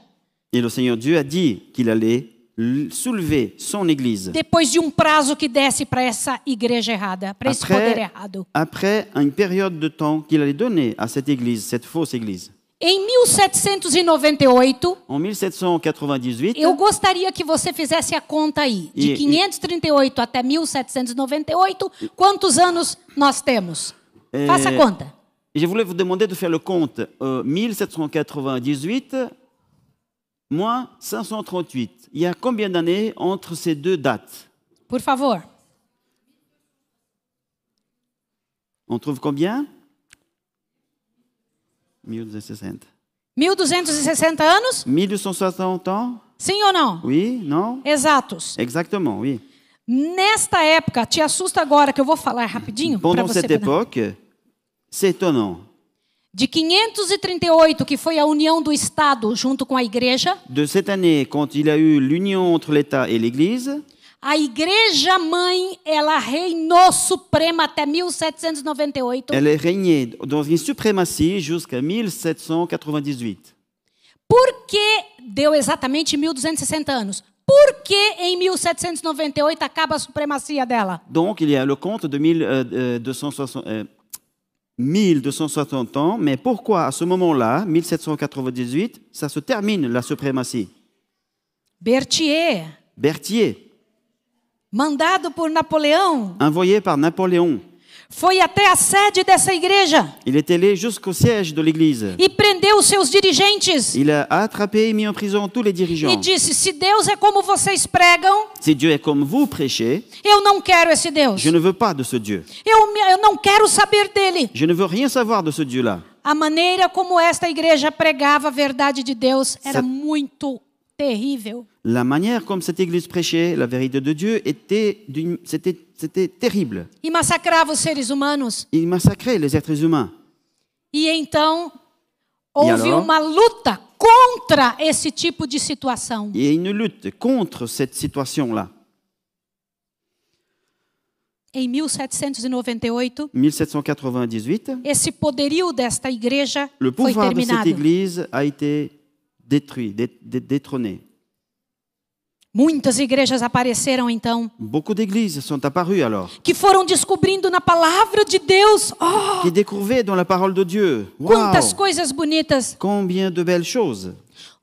S2: Et le Seigneur Dieu a dit qu'il allait l- soulever son Église
S1: depois de um prazo que desse para essa igreja errada, para esse poder
S2: après,
S1: errado.
S2: après une période de temps qu'il allait donner à cette Église, cette fausse Église.
S1: Em 1798,
S2: En 1798,
S1: eu gostaria que você fizesse a conta aí, de
S2: Então E- e-
S1: 538 até 1798, quantos anos nós temos?
S2: É-
S1: Faça a conta.
S2: je voulais vous demander de faire le compte. Euh, 1798 moins 538. Il y a combien d'années entre ces deux dates
S1: Por favor.
S2: On trouve combien 1260.
S1: 1260 anos?
S2: 1260 ans
S1: Sim ou não?
S2: Oui, non
S1: Exatos.
S2: Exactement, oui.
S1: Nesta época, te assusta agora que eu vou falar rapidinho para
S2: Pendant
S1: você.
S2: cette
S1: poder-
S2: époque, c'est étonnant.
S1: De 538, que foi a união do Estado junto com a igreja,
S2: De cette année, quand il y a eu l'union entre l'État et l'Église,
S1: a igreja mãe, ela reinou suprema até 1798.
S2: elle est régnée dans une suprématie jusqu'à 1798.
S1: Por que deu exatamente 1260 anos? Por que em 1798 acaba a supremacia dela?
S2: Donc, il y a le compte de 1000, euh, euh, 260, euh, 1260 ans, mais pourquoi à ce moment-là, 1798, ça se termine la suprématie
S1: Berthier,
S2: Berthier,
S1: mandado por Napoleão,
S2: envoyé par Napoléon,
S1: foi até a sede dessa igreja
S2: il est allé jusqu'au siège de l'Église.
S1: e prendeu os seus dirigentes
S2: Il a attrapé et mis en prison tous les
S1: e
S2: dirigeants.
S1: disse: Se Deus é como vocês pregam,
S2: Si Dieu est comme vous prêchez,
S1: eu não quero esse Deus.
S2: je ne veux pas de ce Dieu.
S1: Eu, me- eu não quero saber dele.
S2: Je ne veux rien savoir de ce Dieu-là.
S1: A maneira como esta igreja pregava a verdade de Deus era
S2: Sa-
S1: muito terrível.
S2: La manière comme cette Église prêchait la vérité de Dieu était, d'une- c'était, c'était terrible.
S1: E massacrava os seres humanos.
S2: Il massacrait les êtres humains.
S1: E então houve
S2: alors?
S1: uma luta contra esse tipo de situação.
S2: Il y a une lutte contre cette situation-là.
S1: Em 1798,
S2: 1798,
S1: esse poderio desta igreja
S2: le
S1: foi
S2: pouvoir de cette
S1: terminado.
S2: Église a été détruit, dé- dé- détrôné.
S1: Muitas igrejas apareceram então,
S2: Beaucoup d'églises sont apparues alors,
S1: que foram descobrindo na palavra de Deus, oh,
S2: qui découvraient dans la parole de Dieu. Waouh
S1: quantas coisas bonitas.
S2: Combien de belles choses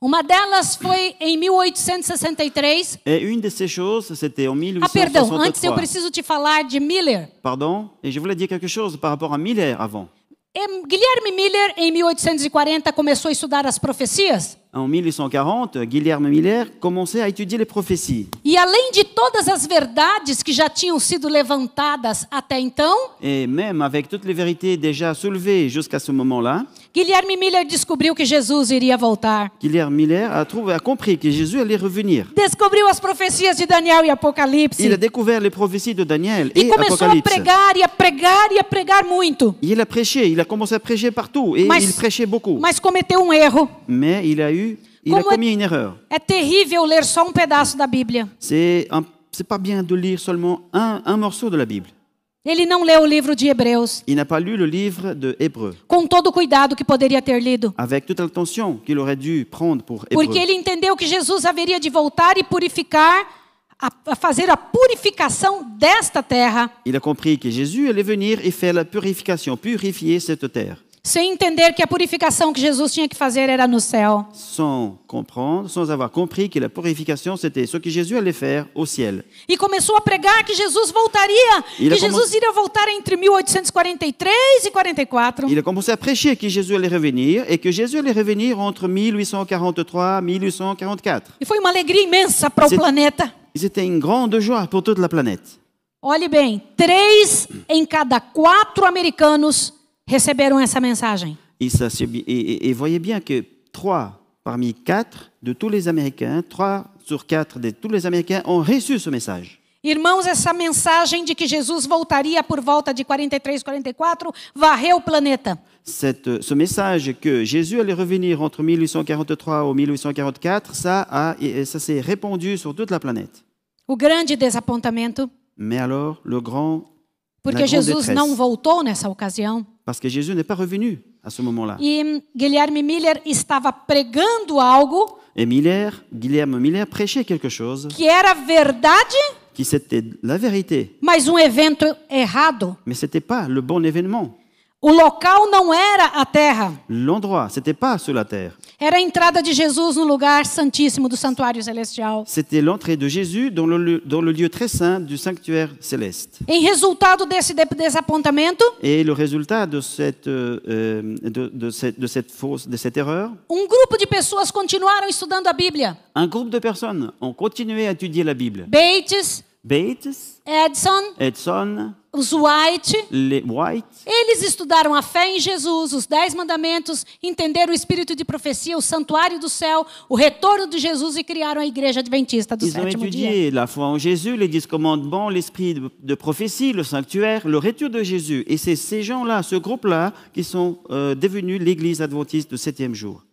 S1: Uma delas foi em 1863.
S2: Et une de ces choses, c'était en
S1: Ah, perdão, antes eu
S2: 1863.
S1: preciso te falar de Miller.
S2: Pardon Et je voulais dire quelque chose par rapport à Miller avant.
S1: Em- Guilherme Miller, em 1840, começou a estudar as profecias.
S2: En 1840, Guilherme Miller commençait à étudier les prophéties.
S1: E além de todas as verdades que já tinham sido levantadas até então,
S2: Et même avec toutes les vérités déjà soulevées jusqu'à ce moment-là,
S1: Guilherme Miller descobriu que Jesus iria voltar.
S2: Guilherme Miller a, trouvé, a compris que Jésus allait revenir.
S1: Descobriu as profecias de Daniel e Apocalipse.
S2: Il a découvert les prophéties de Daniel
S1: E
S2: et
S1: começou a
S2: Apocalypse.
S1: pregar e a pregar e a pregar muito.
S2: Il a prêché, il a commencé à prêcher partout et
S1: Mas-
S2: il prêchait beaucoup.
S1: Mas cometeu um erro.
S2: Mais il a eu, il a
S1: Como é-
S2: commis une erreur.
S1: É terrível ler só um pedaço da Bíblia.
S2: C'est un- c'est pas bien de lire seulement un, un morceau de la Bible.
S1: Ele não leu o livro de Hebreus
S2: Il n'a pas lu le livre de Hébreu
S1: com todo o cuidado que poderia ter lido.
S2: avec toute l'attention qu'il aurait dû prendre pour Hébreu.
S1: Porque ele entendeu que Jesus haveria de voltar e purificar, a, a fazer a purificação desta terra,
S2: Il a compris que Jésus allait venir et faire la purification, purifier cette terre.
S1: sem entender que a purificação que Jesus tinha que fazer era no céu.
S2: sans comprendre, sans avoir compris que la purification, c'était ce que Jésus allait faire au ciel.
S1: E começou a pregar que Jesus voltaria,
S2: Ele
S1: que
S2: como-
S1: Jesus iria voltar entre 1843 e 44.
S2: Il a commencé à prêcher que Jésus allait revenir et que Jésus allait revenir entre 1843 et 1844.
S1: E foi uma alegria imensa para o
S2: Você-
S1: planeta.
S2: C'était une grande joie pour toute la planète.
S1: Olhe bem, três em cada quatro americanos receberam essa mensagem.
S2: Et, ça, c'est bi- et, et- et voyez bien que trois parmi quatre de tous les Américains, trois sur quatre de tous les Américains ont reçu ce message.
S1: Irmãos, essa mensagem de que Jesus voltaria por volta de 43, 44 varreu o planeta.
S2: Cette- euh, ce message que Jésus allait revenir entre 1843 et 1844, ça, a- et- et ça s'est répandu sur toute la planète.
S1: O grande desapontamento,
S2: Mais alors, le grand,
S1: porque
S2: Na grande
S1: Jesus
S2: tristeza.
S1: não voltou nessa ocasião.
S2: parce que Jésus n'est pas revenu à ce moment-là.
S1: E hum, Guilherme Miller estava pregando algo
S2: Et Miller, Guilherme Miller prêchait quelque chose
S1: que era verdade,
S2: qui c'était la vérité,
S1: mas um evento errado.
S2: mais c'était pas le bon événement.
S1: O local não era a terra,
S2: L'endroit, c'était pas sur la terre.
S1: era a entrada de Jesus no lugar santíssimo do santuário celestial.
S2: C'était l'entrée de Jésus dans le, lieu- dans le lieu très saint du sanctuaire céleste.
S1: Em resultado desse de- desapontamento,
S2: Et le résultat de cette, euh, euh, de, de cette, de cette fausse, de cette erreur,
S1: um grupo de pessoas continuaram estudando a Bíblia.
S2: un groupe de personnes ont continué à étudier la Bible.
S1: Bates,
S2: Bates,
S1: Edson,
S2: Edson,
S1: os White,
S2: les White,
S1: eles estudaram a fé em Jesus, os Dez Mandamentos, entenderam o espírito de profecia, o santuário do céu, o retorno de Jesus e criaram a Igreja Adventista do
S2: Ils ont
S1: sétimo dia.
S2: étudié la foi en Jésus, les dix commandements, l'esprit de, de prophétie, le sanctuaire, le retour de Jésus. Et c'est ces gens-là, ce groupe-là, qui sont euh, devenus l'Église adventiste du septième jour.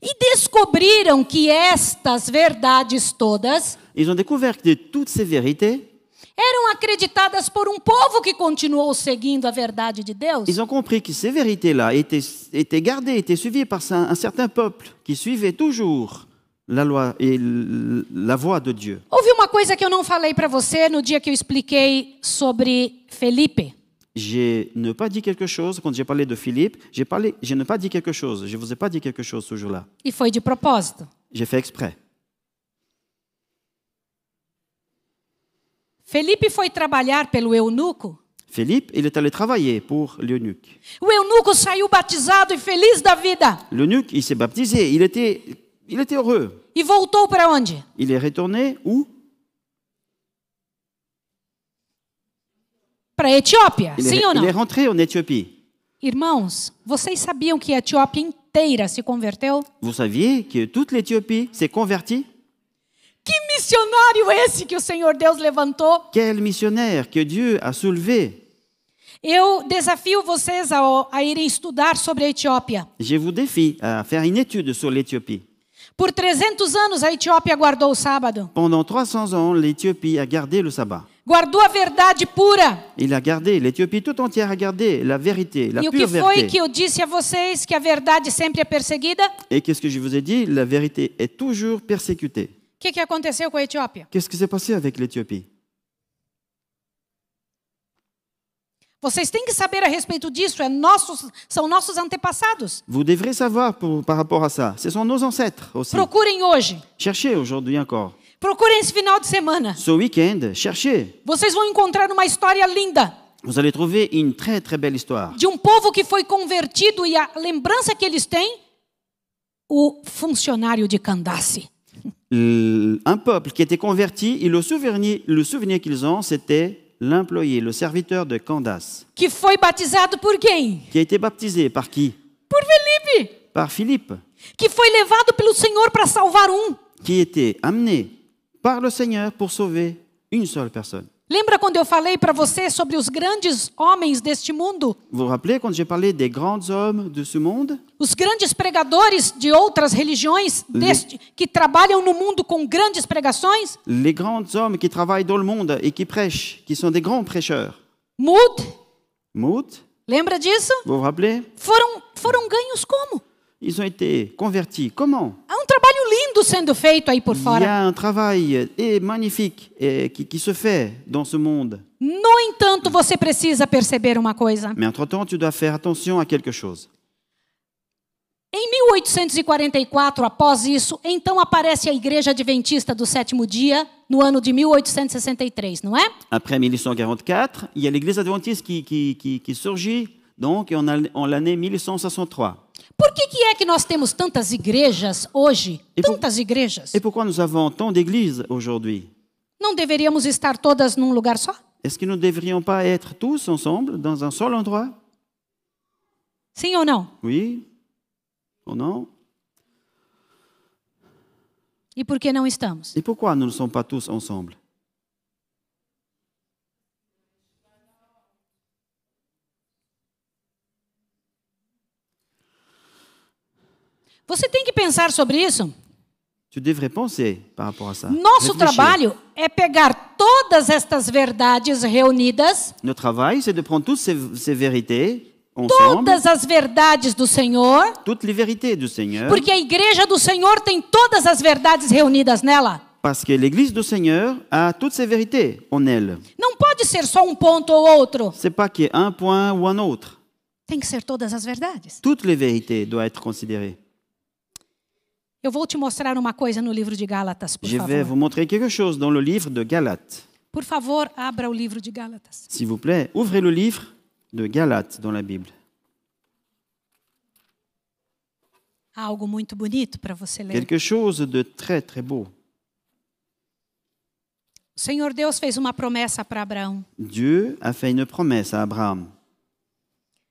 S1: E descobriram que estas verdades todas
S2: Ils ont découvert que toutes ces vérités,
S1: eram acreditadas por um povo que continuou seguindo a verdade de Deus.
S2: ils ont compris que ces vérités-là étaient, étaient gardées, étaient suivies par un, un certain peuple qui suivait toujours la loi et l- la voie de Dieu.
S1: Houve uma coisa que eu não falei para você no dia que eu expliquei sobre Felipe.
S2: J'ai ne pas dit quelque chose quand j'ai parlé de Philippe. J'ai parlé, je n'ai pas dit quelque chose. Je vous ai pas dit quelque chose ce jour-là.
S1: E foi de propósito.
S2: J'ai fait exprès.
S1: Felipe foi trabalhar pelo eunuco.
S2: Philippe, il est allé travailler pour l'eunuque.
S1: O eunuco saiu batizado e feliz da vida.
S2: L'eunuque, il s'est baptisé, il était, il était heureux.
S1: E voltou para onde?
S2: Il est retourné où
S1: Para a Etiópia,
S2: il est,
S1: sim ou não?
S2: il est rentré en Éthiopie.
S1: Irmãos, vocês sabiam que a Etiópia inteira se converteu?
S2: Vous saviez que toute l'Éthiopie s'est convertie
S1: Que missionário esse que o Senhor Deus levantou?
S2: Quel missionnaire que Dieu a soulevé
S1: Eu desafio vocês a, a irem estudar sobre a Etiópia.
S2: Je vous défie à euh, faire une étude sur l'Éthiopie.
S1: Por 300 anos, a Etiópia guardou o sábado.
S2: Pendant 300 ans, l'Éthiopie a gardé le sabbat.
S1: Guardou a verdade pura.
S2: Il a gardé, l'Éthiopie tout entière a gardé la vérité, la
S1: e o
S2: pure
S1: que foi que
S2: vérité.
S1: eu disse a vocês que a verdade sempre é perseguida?
S2: Et qu'est-ce que je vous ai dit La vérité est toujours persécutée.
S1: que, que aconteceu com a Etiópia?
S2: Qu'est-ce qui s'est passé avec l'Éthiopie
S1: Vocês têm que saber a respeito disso, é nossos, são nossos antepassados.
S2: Vous devrez savoir pour- par rapport à ça. Ce sont nos ancêtres aussi.
S1: Procurem hoje,
S2: Cherchez aujourd'hui encore.
S1: procurem esse final de semana.
S2: Ce week-end, cherchez.
S1: Vocês vão encontrar uma história linda
S2: Vous allez trouver une très très belle histoire.
S1: de um povo que foi convertido e a lembrança que eles têm, o funcionário de Candace.
S2: L- Un peuple qui était converti, et le souvenir, le souvenir qu'ils ont, c'était l'employé, le serviteur de Candace,
S1: Que foi batizado por quem?
S2: qui a été baptisé par qui
S1: Por Felipe.
S2: Par Philippe,
S1: Que foi levado pelo Senhor para salvar um.
S2: qui était amené par le Seigneur pour sauver une seule personne.
S1: Lembra quando eu falei para você sobre os grandes homens deste mundo?
S2: Vous vous rappelez quand j'ai parlé des grands hommes de ce monde
S1: Os grandes pregadores de outras religiões deste- que trabalham no mundo com grandes pregações?
S2: Les grands hommes qui travaillent dans le monde et qui prêchent, qui sont des grands prêcheurs.
S1: Mood,
S2: Mout,
S1: lembra disso?
S2: vous vous rappelez
S1: Foram, foram ganhos como?
S2: Ils ont été convertis. Comment
S1: Há um trabalho lindo sendo feito aí por
S2: Il y
S1: fora.
S2: a un travail et magnifique et qui, qui se fait dans ce monde.
S1: No entanto, você precisa perceber uma coisa.
S2: Mais entre-temps, tu dois faire attention à quelque chose.
S1: Em 1844, após isso, então aparece a Igreja Adventista do Sétimo Dia, no ano de 1863, não é?
S2: Après 1844, il y a l'Église adventiste qui, qui, qui- qui surgit, donc en, al- en l'année 1863.
S1: Por que, que é que nós temos tantas igrejas hoje?
S2: E por-
S1: Tantas igrejas?
S2: Et pourquoi nous avons tant d'églises aujourd'hui
S1: Não deveríamos estar todas num lugar só?
S2: Est-ce que nous ne devrions pas être tous ensemble dans un seul endroit
S1: Sim ou não?
S2: Oui ou non
S1: E por que não estamos?
S2: Et pourquoi nous ne sommes pas tous ensemble
S1: Você tem que pensar sobre isso.
S2: Tu devrais penser par rapport à ça.
S1: Nosso
S2: Réfléchir.
S1: trabalho é pegar todas estas verdades reunidas,
S2: Notre travail, c'est de prendre toutes ces, ces vérités ensemble,
S1: todas as verdades do Senhor,
S2: toutes les vérités du Seigneur,
S1: porque a igreja do Senhor tem todas as verdades reunidas nela.
S2: parce que l'Église du Seigneur a toutes ces vérités en elle.
S1: Não pode ser só um ponto ou outro.
S2: C'est pas qu'il y ait un point ou un autre.
S1: Tem que ser todas as verdades.
S2: Toutes les vérités doivent être considérées.
S1: Eu vou te mostrar uma coisa no livro de Gálatas, por
S2: Je vais
S1: favor.
S2: vous montrer quelque chose dans le livre de Galates.
S1: Por favor, abra o livro de Gálatas.
S2: S'il vous plaît, ouvrez le livre de Galates dans la Bible.
S1: Há algo muito bonito para você ler.
S2: Quelque chose de très très beau.
S1: O Senhor Deus fez uma promessa para Abraão.
S2: Dieu a fait une promesse à Abraham.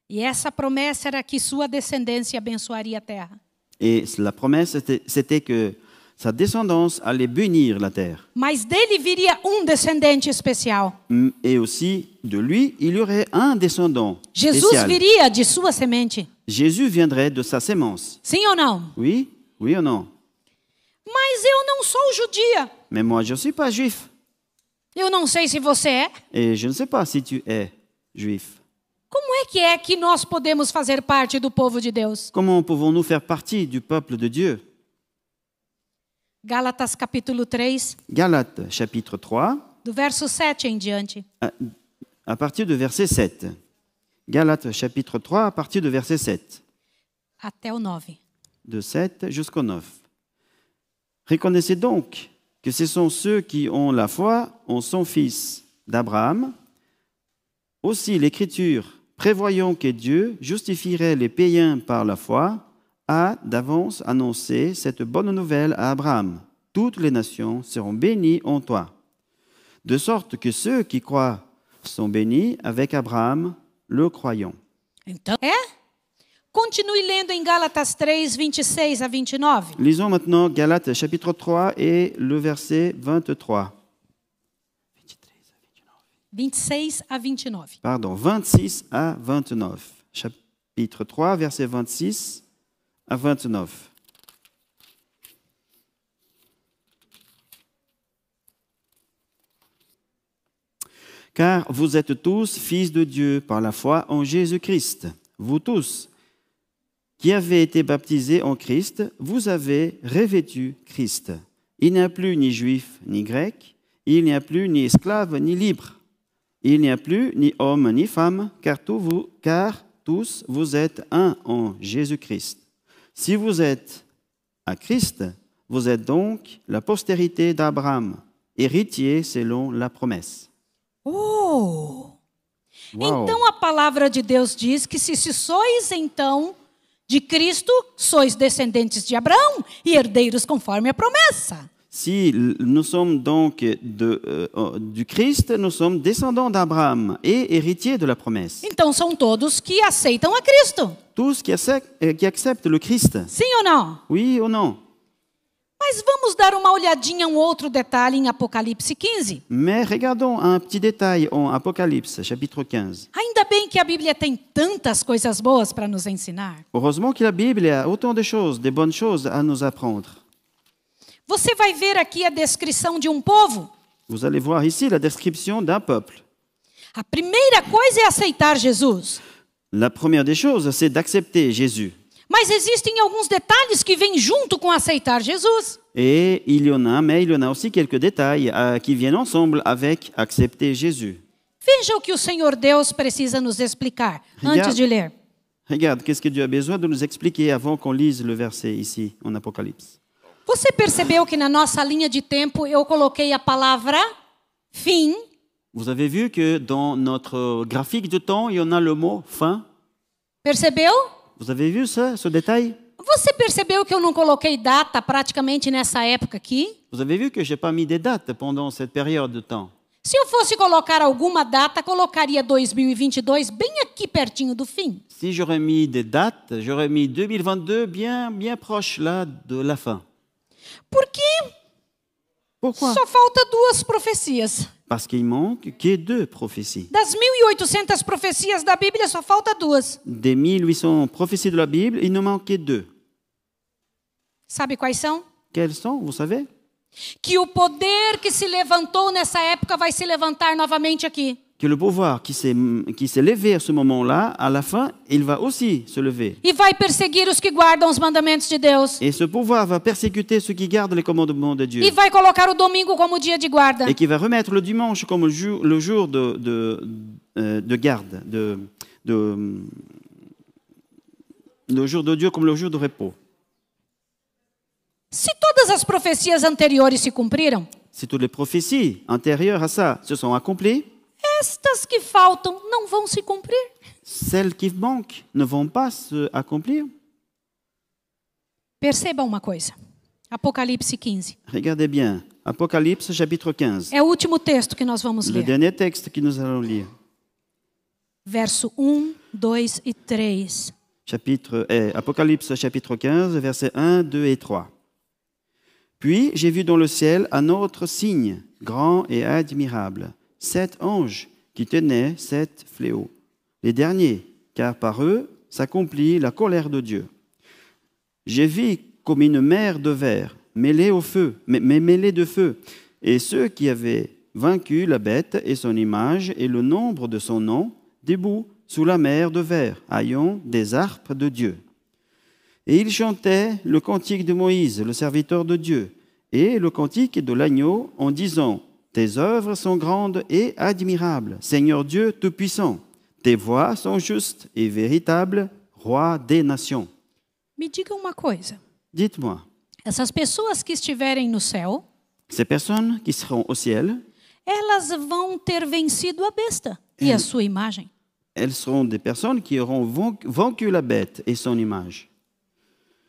S1: E essa promessa era que sua descendência abençoaria a terra.
S2: Et la promesse, était- c'était que sa descendance allait bénir la terre.
S1: Mas dele viria um descendente especial.
S2: M- Mm, Et aussi, de lui, il y aurait un descendant
S1: Jesus
S2: spécial.
S1: viria de sua semente.
S2: Jésus viendrait de sa sémence.
S1: Sim ou não?
S2: Oui Oui ou non
S1: Mas eu não sou judia.
S2: Mais moi, je ne suis pas juif.
S1: Eu não sei se você é.
S2: Et je ne sais pas si tu es juif.
S1: Como é que é que nós podemos fazer parte do povo de Deus?
S2: Comment pouvons-nous faire partie du peuple de Dieu
S1: Gálatas capítulo 3,
S2: Galates chapitre 3,
S1: do verso 7 em diante.
S2: à, à partir de verset 7. Galates chapitre 3, à partir de verset 7.
S1: Até o 9.
S2: de 7 jusqu'au 9. Reconnaissez donc que ce sont ceux qui ont la foi en son fils d'Abraham. Aussi l'Écriture, prévoyant que Dieu justifierait les païens par la foi, a d'avance annoncé cette bonne nouvelle à Abraham. Toutes les nations seront bénies en toi. De sorte que ceux qui croient sont bénis avec Abraham, le croyant.
S1: Então, é? Continue lendo em Gálatas 3, 26 a 29.
S2: Lisons maintenant Galates chapitre 3 et le verset 23.
S1: 26 a 29.
S2: Pardon, 26 à 29. Chapitre 3, verset 26 à 29. Car vous êtes tous fils de Dieu par la foi en Jésus-Christ. Vous tous qui avez été baptisés en Christ, vous avez revêtu Christ. Il n'y a plus ni juif ni grec, il n'y a plus ni esclave ni libre, il n'y a plus ni homme ni femme, car, tous vous, car tous vous êtes un en Jésus-Christ. Si vous êtes à Christ, vous êtes donc la postérité d'Abraham, héritier selon la promesse.
S1: Oh!
S2: Uau.
S1: Então a palavra de Deus diz que se, se sois então de Cristo, sois descendentes de Abraão e herdeiros conforme a promessa.
S2: Si l- nous sommes donc de, euh, euh, du Christ, nous sommes descendants d'Abraham et héritiers de la promesse.
S1: Então são todos que aceitam a Cristo.
S2: Tous qui accep- euh, qui acceptent le Christ,
S1: Sim ou não?
S2: oui ou non
S1: Mas vamos dar uma olhadinha a um outro detalhe em Apocalipse 15.
S2: Mais regardons un petit détail en Apocalypse, chapitre 15.
S1: Ainda bem que a Bíblia tem tantas coisas boas para nos ensinar.
S2: Heureusement que la Bible a autant de choses, de bonnes choses à nous apprendre.
S1: Você vai ver aqui a descrição de um povo.
S2: Vous allez voir ici la description d'un peuple.
S1: A primeira coisa é aceitar Jesus.
S2: La première des choses, c'est d'accepter Jésus.
S1: Mas existem alguns detalhes que vêm junto com aceitar Jesus.
S2: Et il y en a, mais il y en a aussi quelques détails euh, qui viennent ensemble avec accepter Jésus.
S1: Veja o que o Senhor Deus precisa nos explicar antes
S2: Obrigado.
S1: de ler.
S2: Regarde, qu'est-ce que Dieu a besoin de nous expliquer avant qu'on lise le verset ici en Apocalypse.
S1: Você percebeu que na nossa linha de tempo eu coloquei a palavra fim
S2: Vous avez vu que dans notre graphique de temps, il y en a le mot fin.
S1: Percebeu?
S2: Vous avez vu ça, ce détail
S1: Você percebeu que eu não coloquei data praticamente nessa época aqui?
S2: Vous avez vu que je n'ai pas mis des dates pendant cette période de temps.
S1: Se eu fosse colocar alguma data, colocaria 2022 bem aqui pertinho do fim.
S2: Si j'aurais mis des dates, j'aurais mis 2022 bien, bien proche là de la fin.
S1: Porque
S2: Pourquoi
S1: só falta duas profecias.
S2: Parce qu'il manque que deux prophéties.
S1: Das 1.800 profecias da Bíblia, só falta duas.
S2: Des 1800 prophéties de la Bible, il nous manquait deux.
S1: Sabe quais são?
S2: Quelles sont, vous savez
S1: Que o poder que se levantou nessa época vai se levantar novamente aqui.
S2: Que le pouvoir qui s'est qui s'est levé à ce moment-là, à la fin, il va aussi se lever.
S1: E vai perseguir os que guardam os mandamentos de Deus.
S2: Et ce pouvoir va persécuter ceux qui gardent les commandements de Dieu.
S1: E vai colocar o domingo como dia de guarda.
S2: Et qui va remettre le dimanche comme le jour, le jour de, de, euh, de garde, de, de- le jour de Dieu comme le jour de repos.
S1: Se todas as profecias anteriores se cumpriram,
S2: Si toutes les prophéties antérieures à ça se sont accomplies,
S1: estas que faltam não vão se cumprir.
S2: celles qui manquent ne vont pas se accomplir.
S1: Perceba uma coisa. Apocalipse 15.
S2: Regardez bien, Apocalypse chapitre 15,
S1: É o último texto que nós vamos
S2: le
S1: ler.
S2: dernier texte que nous allons lire.
S1: Verso 1, 2 e 3.
S2: Chapitre, eh, Apocalypse chapitre 15, versets 1, 2 et 3. Puis j'ai vu dans le ciel un autre signe, grand et admirable, sept anges qui tenaient sept fléaux, les derniers, car par eux s'accomplit la colère de Dieu. J'ai vu comme une mer de verre, mêlée au feu, mais mais mêlée de feu, et ceux qui avaient vaincu la bête et son image et le nombre de son nom, debout sous la mer de verre, ayant des harpes de Dieu. Et ils chantaient le cantique de Moïse, le serviteur de Dieu, et le cantique de l'agneau, en disant Tes œuvres sont grandes et admirables, Seigneur Dieu Tout-Puissant. Tes voies sont justes et véritables, Roi des nations.
S1: Me diga uma coisa.
S2: Dites-moi,
S1: Essas pessoas que estiverem no céu,
S2: ces personnes qui seront au ciel,
S1: elas vão ter vencido a besta e a sua imagem.
S2: elles seront des personnes qui auront van- vaincu la bête et son image.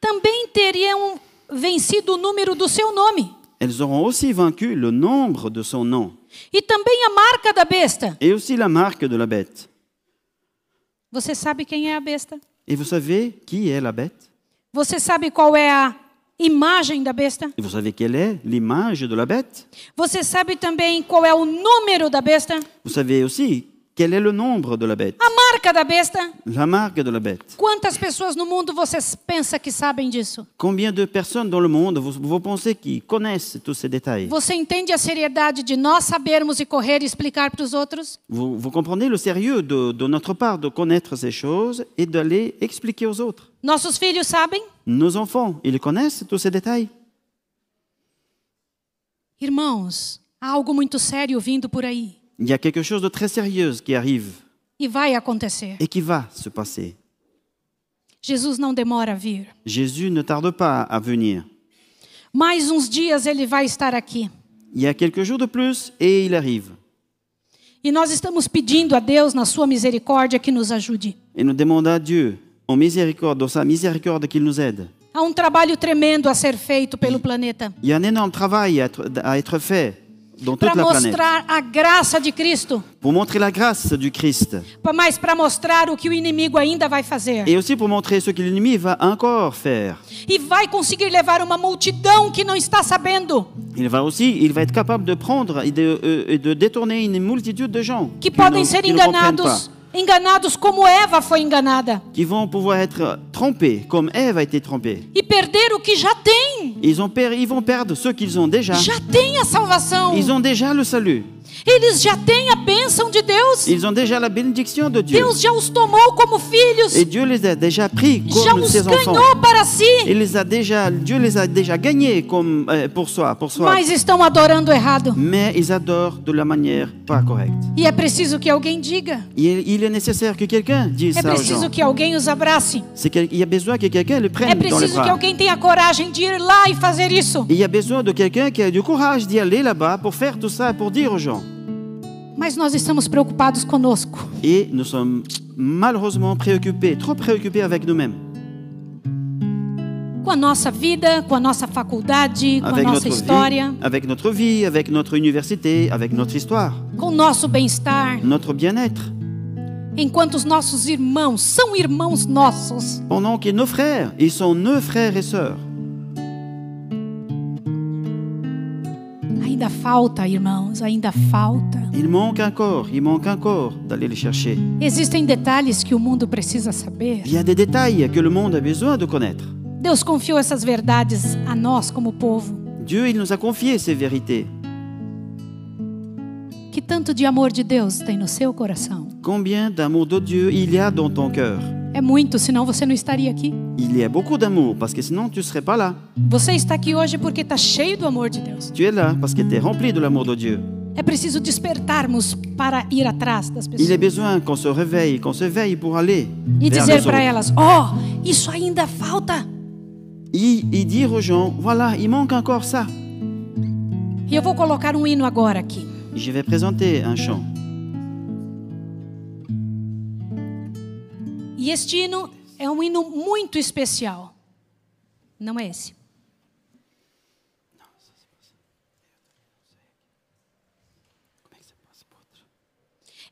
S1: Também teriam vencido o número do seu nome
S2: Elles auront aussi vaincu le nombre de son nom
S1: e também a marca da besta.
S2: et aussi la marque de la bête.
S1: Você sabe quem é a besta?
S2: Et vous savez qui est la bête
S1: Você sabe qual é a imagem da besta?
S2: Et vous savez quelle est l'image de la bête
S1: Você sabe também qual é o número da besta?
S2: Vous savez aussi quel est le nombre de la bête
S1: A marca da besta?
S2: La marque de la bête
S1: Quantas pessoas no mundo você pensa que sabem disso?
S2: Combien de personnes dans le monde vous, vous pensez qui connaissent tous ces détails
S1: Você entende a seriedade de nós sabermos e correr e explicar para os outros?
S2: vous, vous comprenez le sérieux de, de notre part de connaître ces choses et d'aller expliquer aux autres
S1: Nossos filhos sabem?
S2: Nos enfants, ils connaissent tous ces détails
S1: Irmãos, há algo muito sério vindo por aí
S2: Il y a quelque chose de très sérieux qui arrive
S1: e vai acontecer.
S2: et qui va se passer.
S1: Jesus não demora a vir.
S2: Jésus ne tarde pas à venir.
S1: Mais uns dias ele vai estar aqui.
S2: Il y a quelques jours de plus et il arrive.
S1: E nós estamos pedindo a Deus, na sua misericórdia, que nos ajude.
S2: Et nous demandons à Dieu, en miséricorde, dans sa miséricorde, qu'il nous aide.
S1: Há um trabalho tremendo a ser feito pelo planeta
S2: Il y a un énorme travail à être, à être fait dans toute
S1: para
S2: la planète
S1: mostrar a graça de Cristo,
S2: pour montrer la grâce du Christ
S1: pa- mas para mostrar o que o inimigo ainda vai fazer.
S2: et aussi pour montrer ce que l'ennemi va encore faire.
S1: E vai conseguir levar uma multidão que não está sabendo,
S2: Il va aussi, il va être capable de prendre et de, euh, et de détourner une multitude de gens
S1: que
S2: qui
S1: podem
S2: ne-
S1: ser
S2: qui ne comprennent
S1: enganados,
S2: pas,
S1: enganados como Eva foi enganada,
S2: qui vont pouvoir être trompés comme Ève a été trompée.
S1: e perder o que já tem.
S2: Ils, ont per- ils vão perdre ce qu'ils ont déjà.
S1: Já tem a salvação.
S2: Ils ont déjà le salut.
S1: Eles já têm a bênção de Deus.
S2: Ils ont déjà la bénédiction de Dieu.
S1: Deus já os tomou como filhos.
S2: Et Dieu les a déjà pris
S1: Já
S2: comme
S1: os
S2: ses enfants.
S1: ganhou para si.
S2: Il les a déjà, Dieu les a déjà gagnés comme, euh, pour soi, pour soi.
S1: Mas estão adorando errado.
S2: Mais ils adorent de la manière pas correcte.
S1: E é preciso que alguém diga.
S2: Il, il est nécessaire que quelqu'un dise
S1: É
S2: ça aux gens.
S1: preciso que alguém os abrace.
S2: C'est quel- il y a besoin que um quelqu'un le
S1: É
S2: prenne dans les
S1: preciso que
S2: bras.
S1: alguém tenha coragem de ir lá e fazer isso.
S2: Il y a besoin de quelqu'un qui a du courage d'y aller là-bas pour faire tout ça, pour dire aux gens.
S1: Mas nós estamos preocupados conosco.
S2: Et nous sommes malheureusement préoccupés, trop préoccupés avec nous-mêmes,
S1: Com a nossa vida, com a nossa faculdade, com a
S2: avec
S1: nossa
S2: notre
S1: história,
S2: vie, avec notre vie, avec notre université, avec notre histoire,
S1: com o nosso bem-estar.
S2: notre bien-être.
S1: Enquanto os nossos irmãos são irmãos nossos.
S2: Pendant que nos frères, ils sont nos frères et sœurs.
S1: Ainda falta, irmãos, ainda falta.
S2: Il manque un corps, il manque un corps d'aller les chercher.
S1: Existem detalhes que o mundo precisa saber.
S2: Il y a des détails que le monde a besoin de connaître.
S1: Deus confiou essas verdades a nós como povo.
S2: Dieu, il nous a confié ces vérités.
S1: Que tanto de amor de Deus tem no seu coração?
S2: Combien d'amour de Dieu il y a dans ton cœur
S1: É muito, senão você não estaria aqui.
S2: Il y a beaucoup d'amour parce que sinon tu ne serais pas là.
S1: Você está aqui hoje porque está cheio do amor de Deus.
S2: Tu es là parce que tu es rempli de l'amour de Dieu.
S1: É preciso despertarmos para ir atrás das
S2: Il est
S1: pessoas
S2: besoin qu'on se réveille, qu'on se veille pour aller.
S1: e
S2: vers
S1: dizer
S2: les
S1: para
S2: autres.
S1: elas: ó, oh, isso ainda falta.
S2: Et, et dire aux gens, voilà, il manque encore ça.
S1: E eu vou colocar um hino agora aqui.
S2: Je vais présenter un chant.
S1: E este hino é um hino muito especial. Não é esse.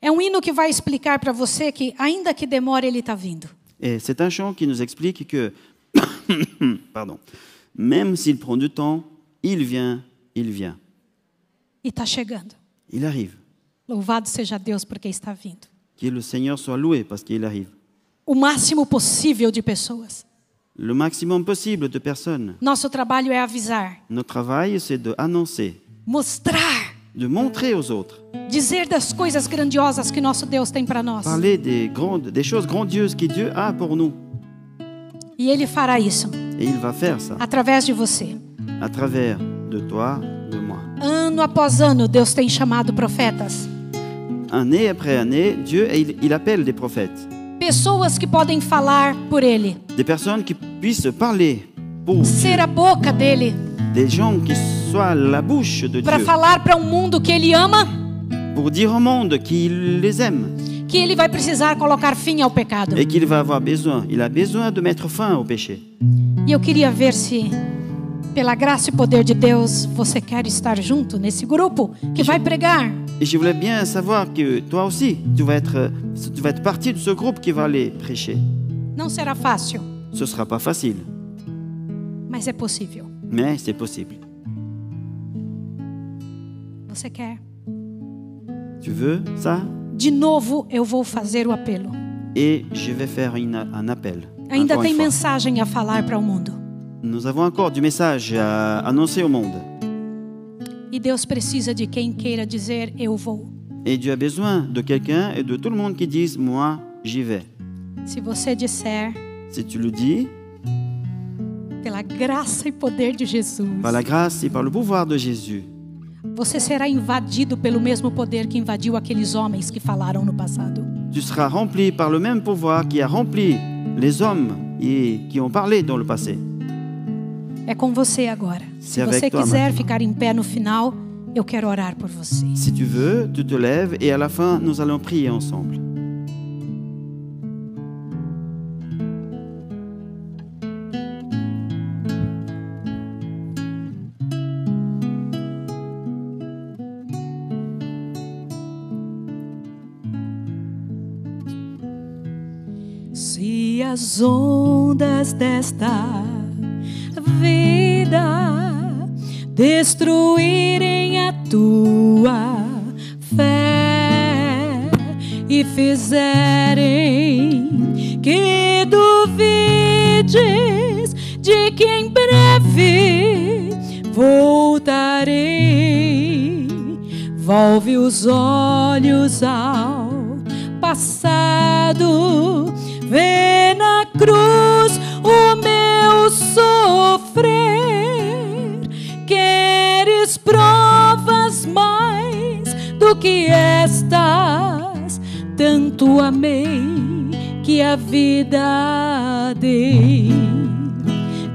S1: É um hino que vai explicar para você que, ainda que demore, ele está vindo.
S2: Et c'est un chant qui nous explique que, pardon, même s'il prend du temps, il vient, il vient,
S1: E está chegando.
S2: il arrive.
S1: Louvado seja Deus porque está vindo.
S2: Que le Seigneur soit loué parce qu'il arrive.
S1: O máximo possível de pessoas.
S2: Le maximum possible de personnes.
S1: Nosso trabalho é avisar,
S2: Notre travail, c'est de annoncer,
S1: mostrar,
S2: de montrer aux autres,
S1: dizer das coisas grandiosas que nosso Deus tem para nós.
S2: parler des grandes, des choses grandioses que Dieu a pour nous.
S1: E Ele fará isso
S2: Et il va faire ça
S1: através de você.
S2: à travers de toi, de moi.
S1: Ano após ano, Deus tem chamado profetas.
S2: Année après année, Dieu il, il appelle des prophètes,
S1: Pessoas que podem falar por Ele,
S2: des personnes qui puissent parler pour Dieu,
S1: ser a boca dele,
S2: des gens qui soient la bouche de
S1: para
S2: Dieu,
S1: falar para um mundo que Ele ama,
S2: pour dire au monde qu'il les aime
S1: que Ele vai precisar colocar fim ao pecado.
S2: et qu'il va avoir besoin. Il a besoin de mettre fin au péché.
S1: E eu queria ver se, pela graça e poder de Deus, você quer estar junto nesse grupo que vai pregar.
S2: Et je voulais bien savoir que toi aussi, tu vas être, tu vas être partie de ce groupe qui va aller prêcher.
S1: Não será fácil,
S2: Ce sera pas facile,
S1: mas é possível.
S2: mais c'est possible.
S1: Você quer?
S2: Tu veux ça
S1: De novo, eu vou fazer o apelo.
S2: Et je vais faire une- un appel.
S1: Ainda
S2: encore
S1: tem
S2: une fois.
S1: mensagem a falar para o mundo.
S2: Nous avons encore du message à annoncer au monde.
S1: E Deus precisa de quem queira dizer: Eu vou.
S2: Et Dieu a besoin de quelqu'un et de tout le monde qui dise Moi, j'y vais.
S1: Se você disser,
S2: Si tu le dis,
S1: pela graça e poder de Jesus,
S2: par la grâce et par le pouvoir de Jésus,
S1: Você será invadido pelo mesmo poder que invadiu aqueles homens que falaram no passado.
S2: Tu seras rempli par le même pouvoir qui a rempli les hommes et qui ont parlé dans le passé.
S1: É com você agora. Se
S2: Se avec
S1: você
S2: toi,
S1: quiser ficar em pé no final, eu quero orar por você.
S2: Si tu veux, tu te lèves et à la fin, nous allons prier ensemble.
S1: Se as ondas desta vida destruírem a tua fé e fizerem que duvides de que em breve voltarei, volve os olhos ao passado. Vê na cruz o meu sofrer. Queres provas mais do que estas? Tanto amei que a vida dei.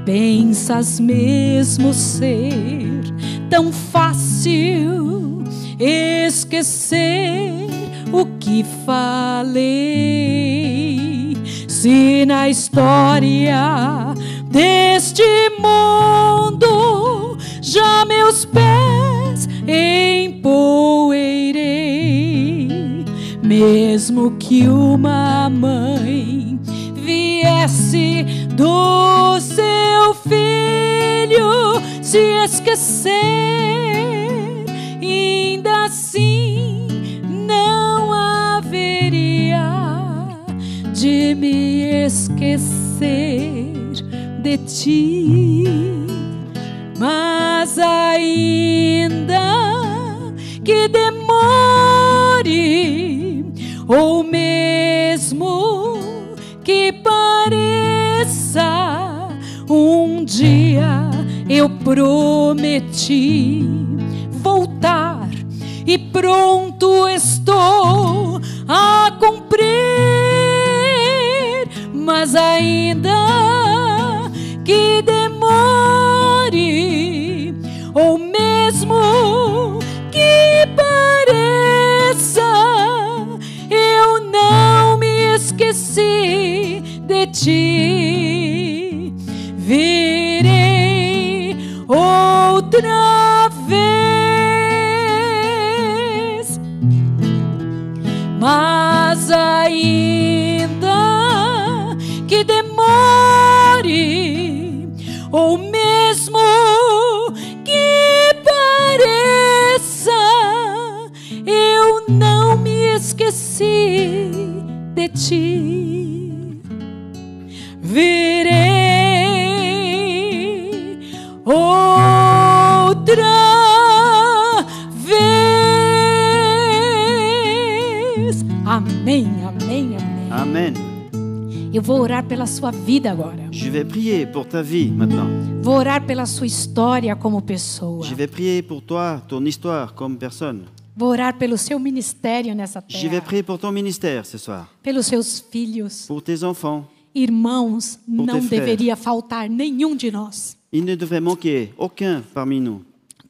S1: Pensas mesmo ser tão fácil esquecer o que falei. Se na história deste mundo já meus pés empoeirei, mesmo que uma mãe viesse do seu filho se esquecer, ainda assim não haveria de me esquecer de ti. Mas ainda que demore, ou mesmo que pareça, um dia eu prometi voltar e pronto estou a cumprir, mas ainda que demore, ou mesmo que pareça, eu não me esqueci de ti. Virei outra vez mas ainda que demore, ou mesmo que pareça, eu não me esqueci de ti. Virei outra vez. Amém, amém, amém.
S2: Amen.
S1: Eu vou orar pela sua vida agora.
S2: Je vais prier pour ta vie maintenant.
S1: Vou orar pela sua história como pessoa.
S2: Je vais prier pour toi, ton histoire comme personne.
S1: Vou orar pelo seu ministério nessa
S2: Je vais
S1: terra.
S2: prier pour ton ministère ce soir,
S1: Pelos seus filhos.
S2: pour tes enfants.
S1: Irmãos, não
S2: teu fé.
S1: deveria faltar nenhum de nós.
S2: Il ne devrait manquer aucun parmi nous.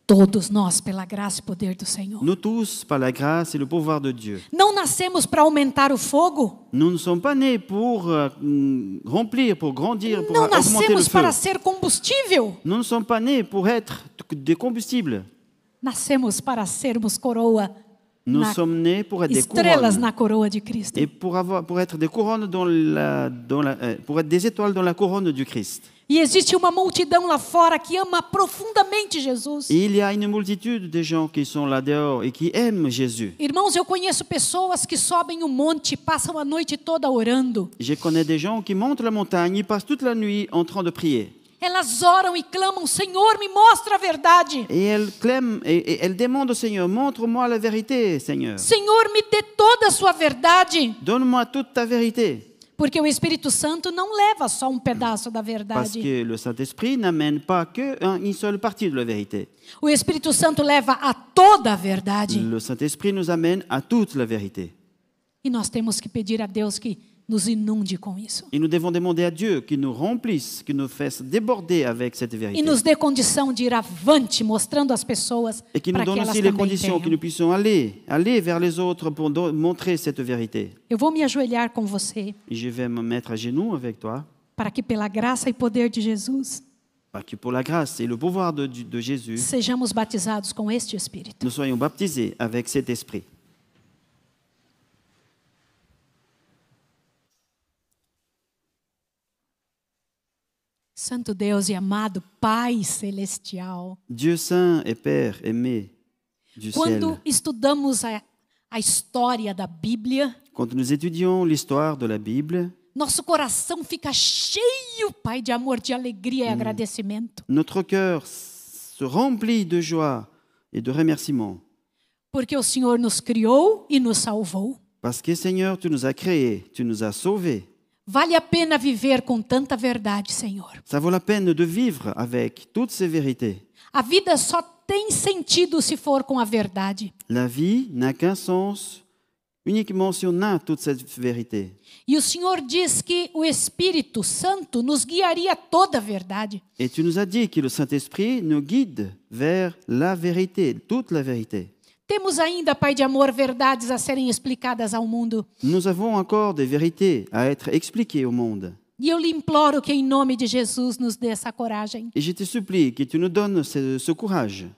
S1: Todos nós, pela graça e poder do Senhor.
S2: Nous tous, par la grâce et le pouvoir de Dieu,
S1: Não nascemos para aumentar o fogo.
S2: nous ne sommes pas nés pour euh, mm, remplir, pour grandir, pour
S1: Não
S2: augmenter le
S1: nascemos
S2: feu.
S1: para ser combustível.
S2: Nous ne sommes pas nés pour être des combustibles.
S1: Nascemos para sermos coroa.
S2: Nous
S1: na-
S2: sommes nés pour être des
S1: estrelas
S2: couronnes
S1: na coroa de Cristo.
S2: et pour avoir, pour être des couronnes dans la, dans la- euh, pour être des étoiles dans la couronne du Christ.
S1: E existe uma multidão lá fora que ama profundamente Jesus.
S2: Et il y a une multitude de gens qui sont là dehors et qui aiment Jésus.
S1: Irmãos, eu conheço pessoas que sobem o monte, passam a noite toda orando.
S2: Je connais des gens qui montent la montagne, ils passent toute la nuit en train de prier.
S1: Elas oram e clamam: Senhor, me mostra a verdade.
S2: Et elles clament et, et elles demandent au Seigneur, montre-moi la vérité, Seigneur.
S1: Senhor, me dê toda a sua verdade.
S2: Donne-moi toute ta vérité.
S1: Porque o Espírito Santo não leva só um pedaço da
S2: Parce
S1: verdade.
S2: que le Saint-Esprit n'amène pas qu'une seule partie de la vérité.
S1: O Espírito Santo leva a toda a verdade.
S2: Le Saint-Esprit nous amène à toute la vérité.
S1: E nós temos que pedir a Deus que nos inunde com isso.
S2: Et nous devons demander à Dieu qu'il nous remplisse, qu'il nous fasse déborder avec cette
S1: E
S2: vérité.
S1: nos dê condição de ir avante, mostrando às pessoas
S2: Et qu'il
S1: para
S2: nous
S1: que
S2: donne
S1: elas
S2: aussi les
S1: também
S2: conditions que
S1: tenham.
S2: nous puissions aller, aller vers les autres pour do- montrer cette vérité.
S1: Eu vou me ajoelhar com você
S2: Et je vais me mettre à genoux avec toi,
S1: para que pela graça e poder de Jesus
S2: parce que pour la grâce et le pouvoir de, du- de Jésus,
S1: sejamos batizados com este Espírito.
S2: nous soyons baptisés avec cet esprit.
S1: Santo Deus e amado Pai Celestial,
S2: Dieu Saint et Père aimé du
S1: quando
S2: ciel,
S1: estudamos a, a história da Bíblia,
S2: quand nous étudions l'histoire de la Bible,
S1: nosso coração fica cheio, Pai, de amor, de alegria e agradecimento,
S2: notre cœur s- se remplit de joie et de remerciements,
S1: porque o Senhor nos criou e nos salvou.
S2: parce que Seigneur, tu nous as créés, tu nous as sauvés.
S1: Vale a pena viver com tanta verdade, Senhor.
S2: Ça vaut la peine de vivre avec toutes ces vérités.
S1: A vida só tem sentido se for com a verdade.
S2: La vie n'a qu'un sens uniquement si on a toute cette vérité.
S1: E o Senhor diz que o Espírito Santo nos guiaria a toda a verdade.
S2: Et tu nous as dit que le Saint-Esprit nous guide vers la vérité, toute la vérité.
S1: Temos ainda, Pai de amor, verdades a serem explicadas ao mundo.
S2: Nous avons encore des vérités à être expliquées au monde.
S1: E eu lhe imploro que, em nome de Jesus, nos dê essa coragem.
S2: Et je te supplie que tu nous donnes ce, ce courage.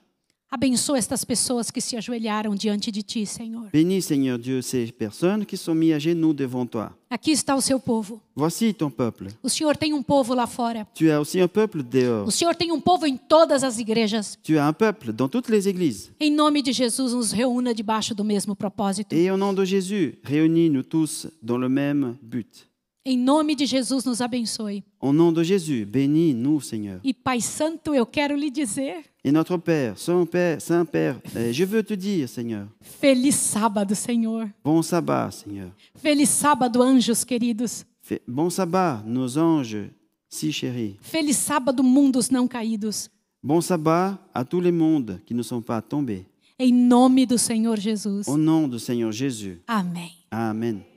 S1: Abençoa estas pessoas que se ajoelharam diante de Ti, Senhor.
S2: Bénis, Seigneur Dieu, ces personnes qui sont mises à genoux devant toi.
S1: Aqui está o seu povo.
S2: Voici ton peuple.
S1: O Senhor tem um povo lá fora.
S2: Tu as aussi un peuple dehors.
S1: O Senhor tem um povo em todas as igrejas.
S2: Tu as un peuple dans toutes les églises.
S1: Em nome de Jesus, nos reúna debaixo do mesmo propósito.
S2: Et au nom de Jésus, réunis-nous tous dans le même but.
S1: Em nome de Jesus, nos abençoe.
S2: Au nom de Jésus, bénis-nous, Seigneur.
S1: E Pai Santo, eu quero lhe dizer:
S2: Et notre Père, Saint Père, Saint Père, euh, je veux te dire, Seigneur,
S1: Feliz sábado, Senhor.
S2: bon sabbat, Seigneur.
S1: Feliz sábado, anjos queridos.
S2: Fais- Bon sabbat, nos anges si chéris.
S1: Feliz sábado, mundos não caídos.
S2: Bon sabbat à tous les mondes qui ne sont pas tombés.
S1: Em nome do Senhor Jesus.
S2: Au nom du Seigneur Jésus.
S1: Amém.
S2: Amen.